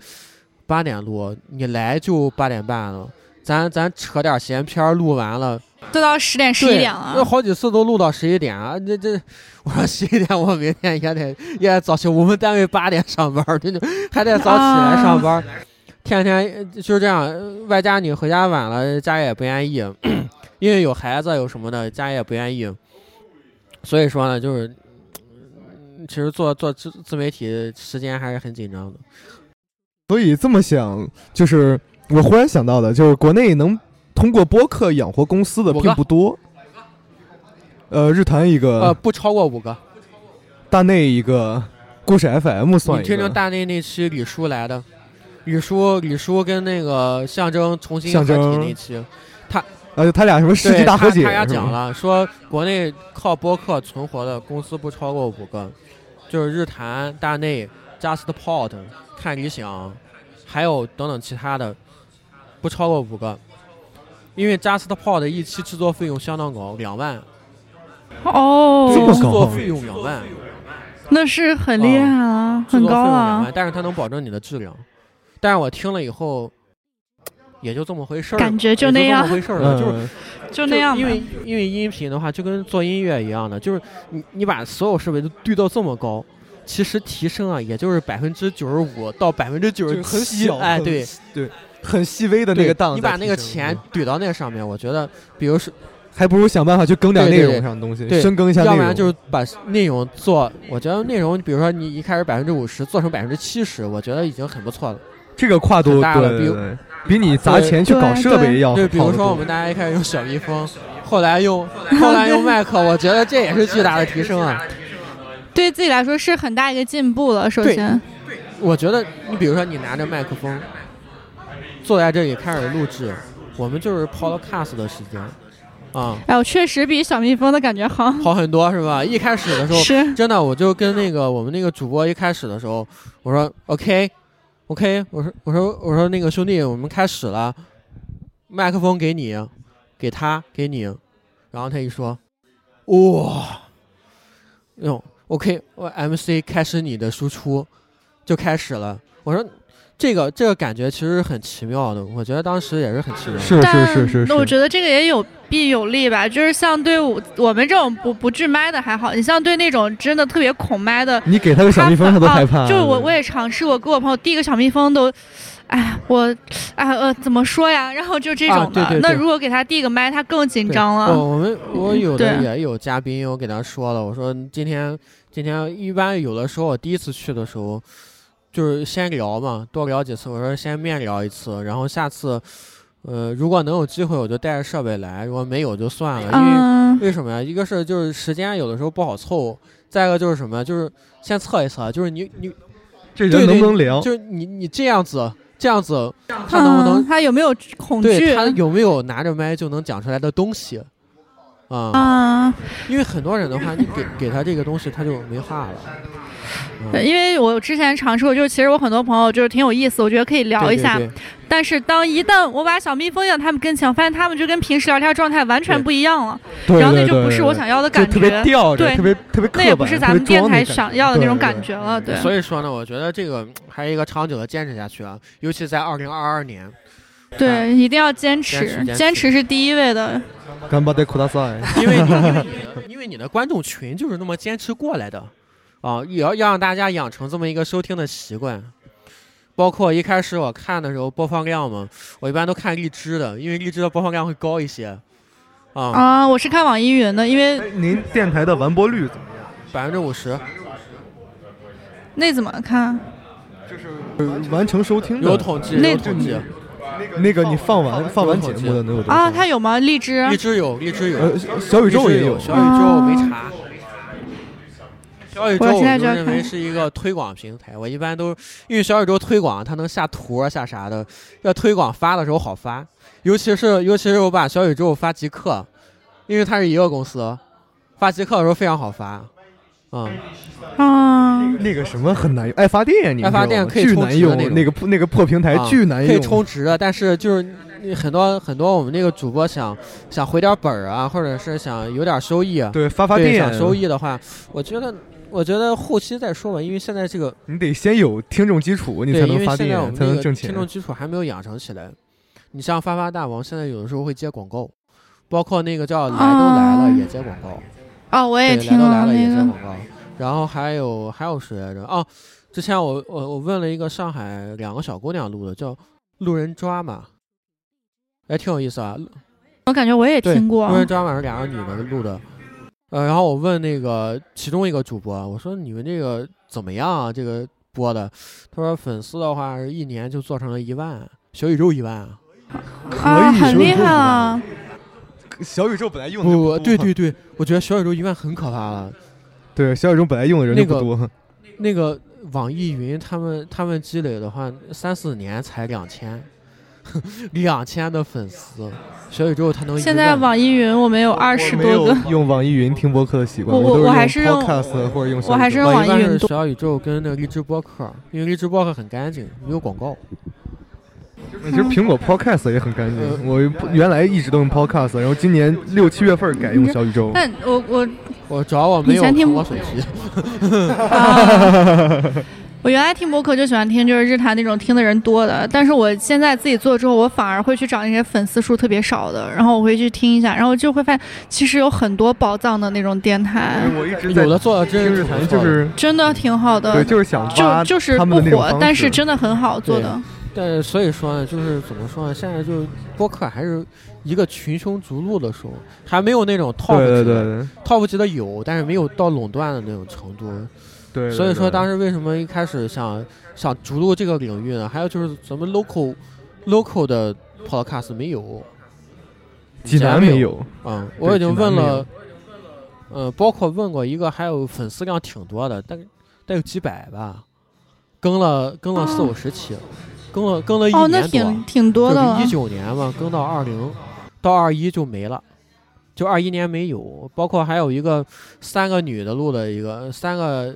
S2: 八点录，你来就八点半了，咱咱扯点闲篇儿录完了，
S4: 都到十点十
S2: 对
S4: 一点啊
S2: 那
S4: 了。
S2: 好几次都录到十一点啊！这这，我说十一点我明天也得也得早起，我们单位八点上班儿，真的还得早起来上班儿，
S4: 啊
S2: 天天呃就是这样。呃外加你回家晚了，家里也不愿意， 因为有孩子有什么的，家里也不愿意。所以说呢，就是嗯其实做做自自媒体时间还是很紧张的。
S5: 所以这么想，就是我忽然想到的，就是国内能通过播客养活公司的
S2: 五个
S5: 并不多。呃，日坛一个，
S2: 呃，不超过五个。
S5: 大内一个，故事 FM 算
S2: 你
S5: 一个。
S2: 听听大内那期李叔来的，李叔李叔跟那个象征重新合
S5: 象
S2: 体
S5: 征
S2: 那期。
S5: 而且呃他俩什么世
S2: 对
S5: 纪大和解？
S2: 他他俩
S5: 是吧
S2: 讲了，说国内靠播客存活的公司不超过五个，就是日坛、大内、JustPod、看理想，还有等等其他的，不超过五个。因为 JustPod 一期制作费用相当高，两万，
S5: 这么
S4: 哦
S5: 高，
S2: 制作费用两万，
S4: 那是很厉害啊，
S2: 制
S4: 很
S2: 作费
S4: 高
S2: 用两
S4: 啊
S2: 万，，但是它能保证你的质量。但是我听了以后，也就这么回事儿，
S4: 感觉就
S2: 也
S4: 那样
S2: 这么回事儿
S5: 嗯，
S2: 了，就是就
S4: 就那样吧
S2: 因。为因为音频的话，就跟做音乐一样的，就是你你把所有设备都堆到这么高，其实提升啊，也就是百分之九十五到百分之九
S5: 就
S2: 十
S5: 是很
S2: 七，
S5: 小，
S2: 哎，
S5: 很
S2: 对，
S5: 对，很细微的那
S2: 对
S5: 个档在提
S2: 你
S5: 升。嗯
S2: 把那个钱怼到那个上面，我觉得，比如说，
S5: 还不如想办法去更点
S2: 对
S5: 内
S2: 对
S5: 容
S2: 对
S5: 上的东西，
S2: 对
S5: 深耕一下内
S2: 要
S5: 容。
S2: 不然就是把内容做，我觉得内容，比如说你一开始百分之五十做成百分之七十，我觉得已经很不错了。
S5: 这个跨
S2: 很
S5: 度，
S2: 大了
S5: 对
S2: 比如
S5: 对比你砸
S2: 对
S5: 钱去搞设备要好
S2: 对，
S5: 哦得多。
S2: 比如说我们大家一开始用小蜜蜂，后来用后来用麦克，我觉得这也是巨大的提升啊。
S4: 对自己来说是很大一个进步了。首
S2: 对
S4: 先，
S2: 我觉得你比如说你拿着麦克风，坐在这里开始录制，我们就是 podcast 的时间啊、
S4: 哎，我确实比小蜜蜂的感觉好。
S2: 好很多是吧？一开始的时候，
S4: 是，
S2: 真的我就跟那个我们那个主播一开始的时候，我说 OK OK，我说我说我说那个兄弟，我们开始了，麦克风给你，给他给你，然后他一说，哇、哟 OK，我 MC 开始你的输出就开始了，我说。这个这个感觉其实很奇妙的，我觉得当时也是很奇妙的。
S5: 是
S4: 但
S5: 是是是
S4: 我
S5: 是，
S4: 觉得这个也有弊有利吧。就是像对我我们这种不不拒麦的还好，你像对那种真的特别恐麦的，
S5: 你给他个小蜜蜂，他都害怕。
S4: 啊就是我，我也尝试，我给我朋友递一个小蜜蜂都，哎，我，哎呃，怎么说呀？然后就这
S2: 啊
S4: 种
S2: 对
S4: 的。
S2: 对对
S4: 那如果给他递个麦，他更紧
S2: 对哦
S4: 张了。
S2: 我我们我有的
S4: 对
S2: 也有嘉宾，我给他说了，我说今天今天一般有的时候我第一次去的时候，就是先聊嘛，多聊几次。我说先面聊一次，然后下次，呃，如果能有机会我就带着设备来，如果没有就算了，因为。
S4: 嗯，
S2: 为什么呀？一个是就是时间有的时候不好凑，再一个就是什么呀，就是先测一测，就是你你
S5: 这
S2: 对
S5: 人能
S2: 对
S5: 不能
S3: 哦
S5: 聊？
S2: 就是你你这样子这样子，他能不能
S4: 嗯他有没有恐
S2: 对
S4: 惧？
S2: 他有没有拿着麦就能讲出来的东西啊？
S4: 啊，
S2: 因为很多人的 话，你给给他这个东西，他就没话了。嗯
S4: 对因为我之前尝试过，就是其实我很多朋友就是挺有意思，我觉得可以聊一下。
S2: 对对对
S4: 但是当一旦我把小蜜蜂养他们跟前，我发现他们就跟平时聊天状态完全
S2: 对
S4: 不一样了，
S5: 对
S4: 然后那
S5: 对
S4: 就
S5: 对
S4: 不是
S5: 对
S4: 我想要的
S5: 就
S4: 感
S5: 特别
S4: 觉，
S5: 吊着，
S4: 对
S5: 特别特别刻
S4: 那
S5: 板，
S4: 也不是咱们
S5: 特别
S4: 电
S5: 装
S4: 台
S5: 那感觉
S4: 想要的那种
S5: 对
S4: 感
S5: 对
S4: 觉了。对，
S2: 所以说呢，我觉得这个还是一个长久的坚持下去啊，尤其在二零二二年。
S5: 哎
S2: 啊，
S4: 对，一定要坚
S2: 持
S4: 持，
S2: 坚
S4: 坚
S2: 持
S4: 持是第一位的。
S5: 干巴得苦大哎赛。
S2: 因为因为你的因为你的观众群就是那么坚持过来的啊，也要让大家养成这么一个收听的习惯。包括一开始我看的时候播放量嘛，我一般都看荔枝的，因为荔枝的播放量会高一些，啊，
S4: 啊，我是看网易云的，因为
S5: 哎您电台的完播率怎么样？
S2: 百分之五十
S4: 那怎么看？
S5: 就是完成收听的
S2: 有统计，
S4: 那
S2: 有统计，
S5: 那个你放完放完节
S2: 有统计
S5: 目的能有多少
S4: 啊，它有吗？荔枝
S2: 荔枝有，荔枝有，
S5: 呃小小宇宙也有，
S2: 小宇宙没查。小宇宙
S4: 我
S2: 我
S4: 现在
S2: 就
S4: 就要
S2: 认为
S4: 看
S2: 是一个推广平台，我一般都因为小宇宙推广，它能下图啊下啥的，要推广发的时候好发，尤其是尤其是我把小宇宙发极客，因为它是一个公司，发极客的时候非常好发，嗯，
S4: 啊，
S5: 那个什么很难用，爱发电，你们知道
S2: 爱发
S5: 吗
S2: 电可以
S5: 巨
S2: 充
S5: 难
S2: 值的那
S5: 用，
S2: 种
S5: 那个破那个破平台
S2: 啊
S5: 巨难
S2: 可以
S5: 用，
S2: 充值的，但是就是你很多很多我们那个主播想想回点本儿啊，或者是想有点收益啊，
S5: 对发发
S2: 对
S5: 电
S2: 想收益的话，我觉得我觉得后期再说吧，因为现在这个
S5: 你得先有听众基础，你
S2: 对，
S5: 才
S2: 因
S5: 能
S2: 为
S5: 发
S2: 现在我
S5: 电，
S2: 们
S5: 才
S2: 那
S5: 能
S2: 个
S5: 挣
S2: 听
S5: 钱。
S2: 众基础还没有养成起来。你像发发大王，现在有的时候会接广告，包括那个叫来都来了
S4: 啊
S2: 也接广告，
S4: 哦，我也
S2: 对，
S4: 听
S2: 来都来
S4: 了
S2: 了也
S4: 那
S2: 接
S4: 个
S2: 广，告。然后还有还有谁来着？哦，之前我我我问了一个上海两个小姑娘录的，叫《路人抓嘛》，哎，挺有意思啊。
S4: 我感觉我也
S2: 对，
S4: 听过
S2: 路。人抓嘛是两个女的录的。呃，然后我问那个其中一个主播，我说你们这个怎么样啊？这个播的，他说粉丝的话是一年就做成了一万，小宇宙一万啊！
S5: 可
S4: 啊，
S5: 以
S4: 很
S5: 说
S4: 厉
S5: 是
S4: 害啊了！
S5: 小宇宙本来用
S2: 不不，对对对，我觉得小宇宙一万很可怕了。
S5: 对，小宇宙本来用的人就
S2: 那
S5: 不
S2: 个
S5: 多，
S2: 那个网易云他们他们积累的话，三四年才两千， 两千的粉丝，小宇宙它能一
S4: 现在
S2: 万
S4: 网易云我们有二十
S5: 没
S4: 多
S5: 有
S4: 个，
S5: 用网易云听播客的习惯，
S4: 我我
S5: 都
S4: 我还是
S5: 是
S4: 用
S5: Podcast 或者用小宇宙。
S4: 我还是用
S2: 网
S4: 网
S2: 易
S4: 易
S2: 云
S4: 云
S2: 是
S4: 多。
S2: 小宇宙跟那个荔枝播客，因为荔枝播客很干净，没有广告。
S5: 其实苹果 Podcast 也很干
S2: 呃
S5: 净，我原来一直都用 Podcast，然后今年六七月份改用
S2: 嗯
S5: 小宇宙。
S4: 但我我
S2: 我主要我没有
S4: 以前听
S2: 苹果手机，
S4: 啊， 我原来听播客就喜欢听就是日坛那种听的人多的，但是我现在自己做之后，我反而会去找那些粉丝数特别少的，然后我会去听一下，然后就会发现其实有很多宝藏的那种电台，
S2: 嗯
S5: 我一直在
S2: 哎有的做的
S5: 听
S2: 真
S5: 日
S2: 是
S5: 坛，就是
S4: 真的挺好
S5: 对，
S4: 的，
S5: 就是想挖
S4: 就就是
S5: 他
S4: 不
S5: 们的那种
S4: 火，
S5: 方
S4: 但
S5: 式
S4: 是真的很好做的。
S2: 但是所以说呢，就是怎么说呢？现在就是播客还是一个群雄逐鹿的时候，还没有那种 top 级
S5: 对对
S2: 的
S5: 对对
S2: top 级的有，但是没有到垄断的那种程度。
S5: 对，
S2: 所以说当
S5: 时
S2: 时为什么一开始想想逐鹿这个领域呢？还有就是咱们 local local 的 podcast 没有，
S5: 济
S2: 济南
S5: 南
S2: 没
S5: 没
S2: 有
S5: 有，
S2: 嗯，
S5: 对
S2: 我已经
S5: 济南
S2: 问
S5: 没
S2: 了，呃，包括问过一个，还有粉丝量挺多的，但但有几百吧，更了更了四五十期，更了更了一
S4: 哦，那
S2: 年多，
S4: 挺挺多的了
S2: 就是一。九年嘛，更到二零到二一就没了，就二一年没有，包括还有一个三个女的录的一个三个。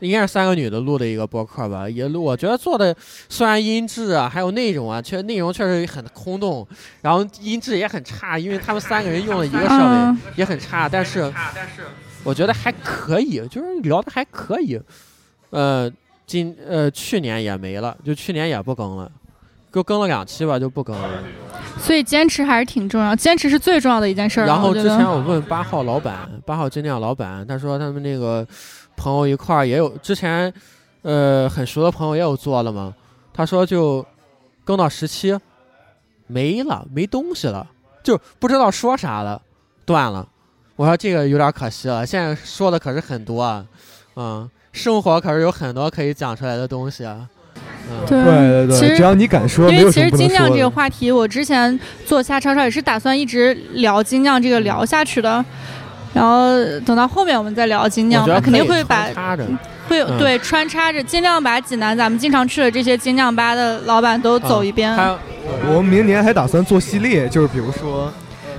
S2: 应该是三个女的录的一个播客吧，也录我觉得做的虽然音质啊，还有内容啊，确内容确实很空洞，然后音质也很差，因为他们三个人用了一个设备，
S4: 嗯，
S2: 也很差，但是我觉得还可以，就是聊的还可以。呃，今呃去年也没了，就去年也不更了，就更了两期吧，就不更了。
S4: 所以坚持还是挺重要，坚持是最重要的一件事儿了。
S2: 然后
S4: 我觉
S2: 之
S4: 得
S2: 前我问八号老板，八号精酿老板，他说他们那个朋友一块儿也有，之前呃很熟的朋友也有做了嘛，他说就更到十七没了，没东西了，就不知道说啥了，断了。我说这个有点可惜了，现在说的可是很多啊，嗯，生活可是有很多可以讲出来的东西啊，嗯，
S4: 对
S5: 对对
S4: 其
S5: 对，
S4: 实
S5: 只要你敢说，没
S4: 因为
S5: 有
S4: 其
S5: 什么
S4: 实
S5: 不能
S4: 精酿这
S5: 说
S4: 个
S5: 的。
S4: 话题，我之前做虾超超也是打算一直聊精酿
S2: 嗯
S4: 这个聊下去的，然后等到后面我们再聊精
S2: 我
S4: 酿
S2: 觉得
S4: 吧，肯定
S2: 可以
S4: 会把
S2: 穿插着。
S4: 会
S2: 嗯
S4: 对穿插着，尽量把济南咱们经常去的这些精酿吧的老板都走
S2: 嗯
S4: 一遍。
S2: 啊还有
S5: 我们明年还打算做系列，就是比如说，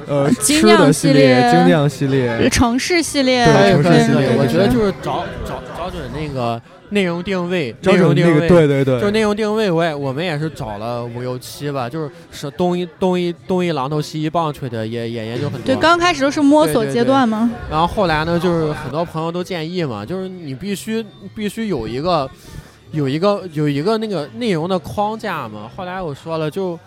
S5: 呃，
S4: 精
S5: 吃的
S4: 酿
S5: 系
S4: 系列
S5: 精酿系列，
S4: 呃城市系列，
S2: 可
S5: 对
S2: 以
S5: 城市
S2: 可以
S5: 系
S2: 可
S5: 列
S2: 以，
S5: 对
S2: 我
S5: 对
S2: 觉得
S5: 对
S2: 就是找找找准那个内容定位，
S5: 找
S2: 内
S5: 准
S2: 容定
S5: 那
S2: 位，
S5: 个，对对
S2: 就是
S5: 对，
S2: 内容定位，我也我们也是找了五六期吧，就是是东一东一东一榔头西一棒槌的，也也研究很多。
S4: 对，刚开始都是摸
S2: 对
S4: 索
S2: 对对
S4: 阶段嘛。
S2: 然后后来呢，就是很多朋友都建议嘛，就是你必须必须有一个有一个有一个那个内容的框架嘛。后来我说了就，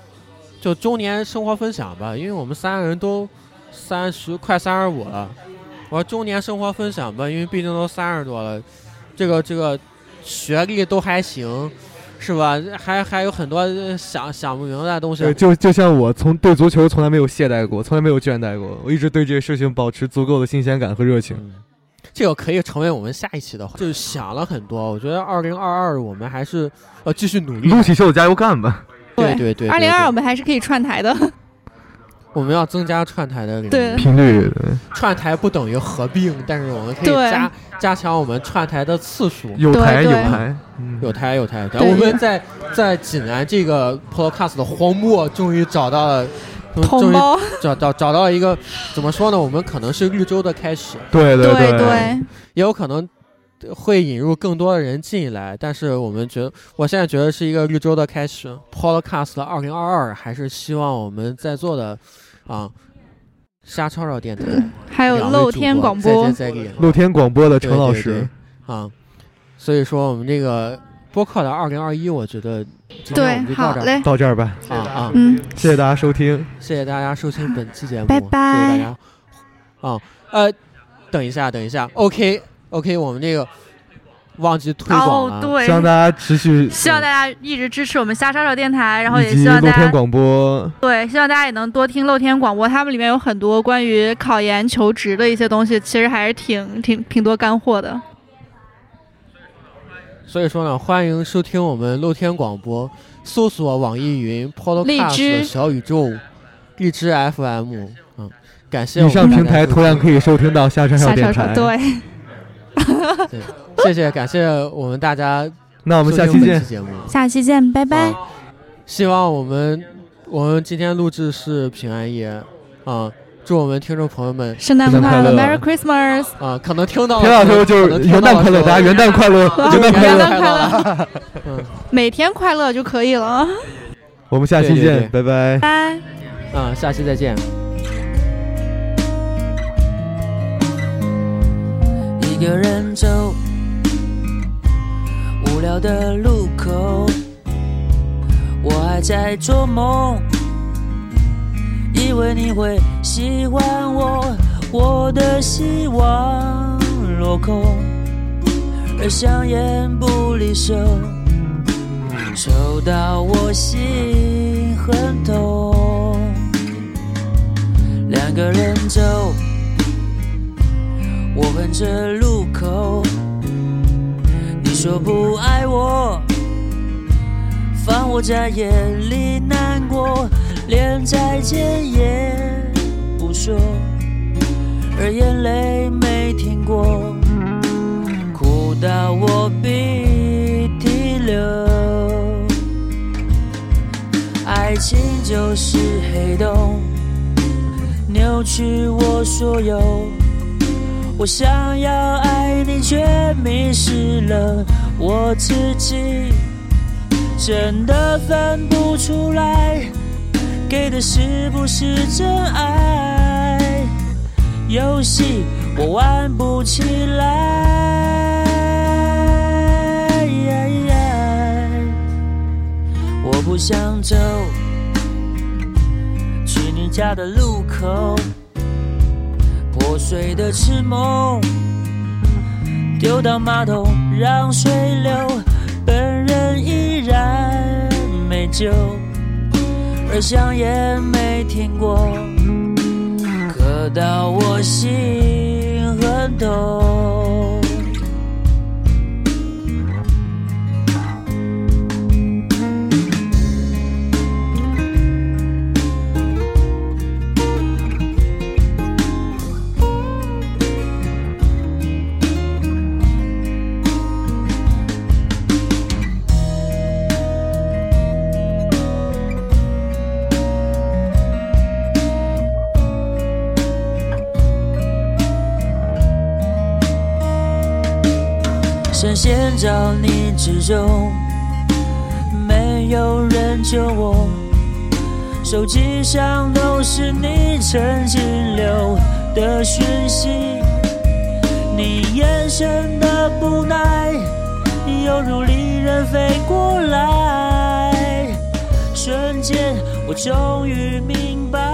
S2: 就中年生活分享吧，因为我们三个人都三十快三十五了，我说中年生活分享吧，因为毕竟都三十多了，这个这个学历都还行，是吧？还还有很多呃想想不明白的东西
S5: 对，就就像我从对足球从来没有懈怠过，从来没有倦怠过，我一直对这个事情保持足够的新鲜感和热情。
S2: 嗯，这个可以成为我们下一期的话，就是想了很多。我觉得二零二二我们还是呃继续努力。
S5: 撸起袖子加油干吧！
S2: 对对对，
S4: 二零二我
S2: 对嗯
S4: 们还是可以串台的，
S2: 我们要增加串台的领域
S4: 对
S5: 频率，
S2: 串台不等于合并，但是我们可以
S4: 对
S2: 加加强我们串台的次数。
S5: 有台有
S4: 对
S5: 台，嗯
S2: 有台有台有台，
S4: 对
S2: 我们在在济南这个 podcast 的荒漠，终于找到了，终
S4: 同
S2: 终于
S4: 胞，
S2: 找找找到了一个怎么说呢？我们可能是绿洲的开始，
S5: 对
S4: 对
S5: 对，
S2: 也有可能呃会引入更多的人进来，但是我们觉得，我现在觉得是一个绿洲的开始。Podcast 二零二二还是希望我们在座的啊、瞎吵吵电台，
S4: 还有
S2: 两位
S4: 露
S2: 主
S4: 天
S2: 播
S4: 广播
S2: 再接再厉
S5: 露天广播的哎陈老
S2: 对对
S5: 师，
S2: 对啊，所以说我们这个播客的二零二一，我觉得今天我
S4: 对
S2: 们，就
S4: 好
S2: 到这儿
S4: 嘞，
S5: 到这儿吧，
S2: 啊啊！
S4: 嗯，
S5: 谢谢大家收听。
S2: 谢谢大家收听本期节目，
S4: 拜拜
S2: 谢谢大家。啊呃，等一下，等一下，OK OK，我们这个忘记推广啊
S4: 哦
S2: 了，，
S4: 对
S5: 希，望大家持续
S4: 希望大家一直支持我们瞎吵吵电台，然后也
S5: 以及
S4: 希望
S5: 露
S4: 大
S5: 天
S4: 家
S5: 广播，
S4: 对，希望大家也能多听露天广播，他们里面有很多关于考研、求职的一些东西，其实还是挺挺挺多干货的。
S2: 所以说呢，欢迎收听我们露天广播，搜索网易云、
S4: 荔
S2: Podcast、
S4: 枝
S2: 小宇宙、荔枝 FM。嗯，感谢我
S5: 以
S2: 们
S5: 上
S2: 大家
S5: 平台
S2: 收
S5: 同样
S2: 听
S5: 可以收听到下山上
S4: 瞎
S5: 电
S4: 吵吵，
S5: 台。
S4: 对，
S2: 谢谢，感谢我们大家收听
S5: 那我
S2: 我
S5: 们下期见，
S2: 节目，
S4: 下期见，拜拜。
S2: 啊希望我们我们今天录制是平安夜啊，祝我们听众朋友们
S4: 圣诞
S5: 圣诞
S4: 快乐
S5: 快乐
S4: ，Merry Christmas，
S2: 啊，可能听到
S5: 田老师就
S2: 可能
S5: 是
S2: 听
S5: 元
S2: 到
S5: 旦
S2: 的
S5: 快乐，
S2: 时候
S5: 大家元旦快乐，
S4: 啊
S5: 元旦快
S4: 元
S5: 乐
S4: 旦，快乐，
S2: 嗯
S4: 每天快乐就可以了啊，
S5: 我们下期
S2: 对对
S5: 见，拜拜。
S4: 拜。
S2: 啊，下期再见。
S1: 一个人走，无聊的路口，我还在做梦，以为你会喜欢我，我的希望落空，而香烟不离手，抽到我心很痛。两个人走。我恨这路口，你说不爱我，放我在眼里难过，连再见也不说，而眼泪没停过，哭到我鼻涕流。爱情就是黑洞，扭曲我所有。我想要爱你，却迷失了我自己，真的分不出来，给的是不是真爱？游戏我玩不起来，我不想走，去你家的路口。破碎的痴梦，丢到马桶让水流，本人依然没救，而香烟没停过，刻到我心很痛。深陷到你之中，没有人救我，手机上都是你曾经留的讯息，你眼神的不耐，犹如利刃飞过来，瞬间我终于明白。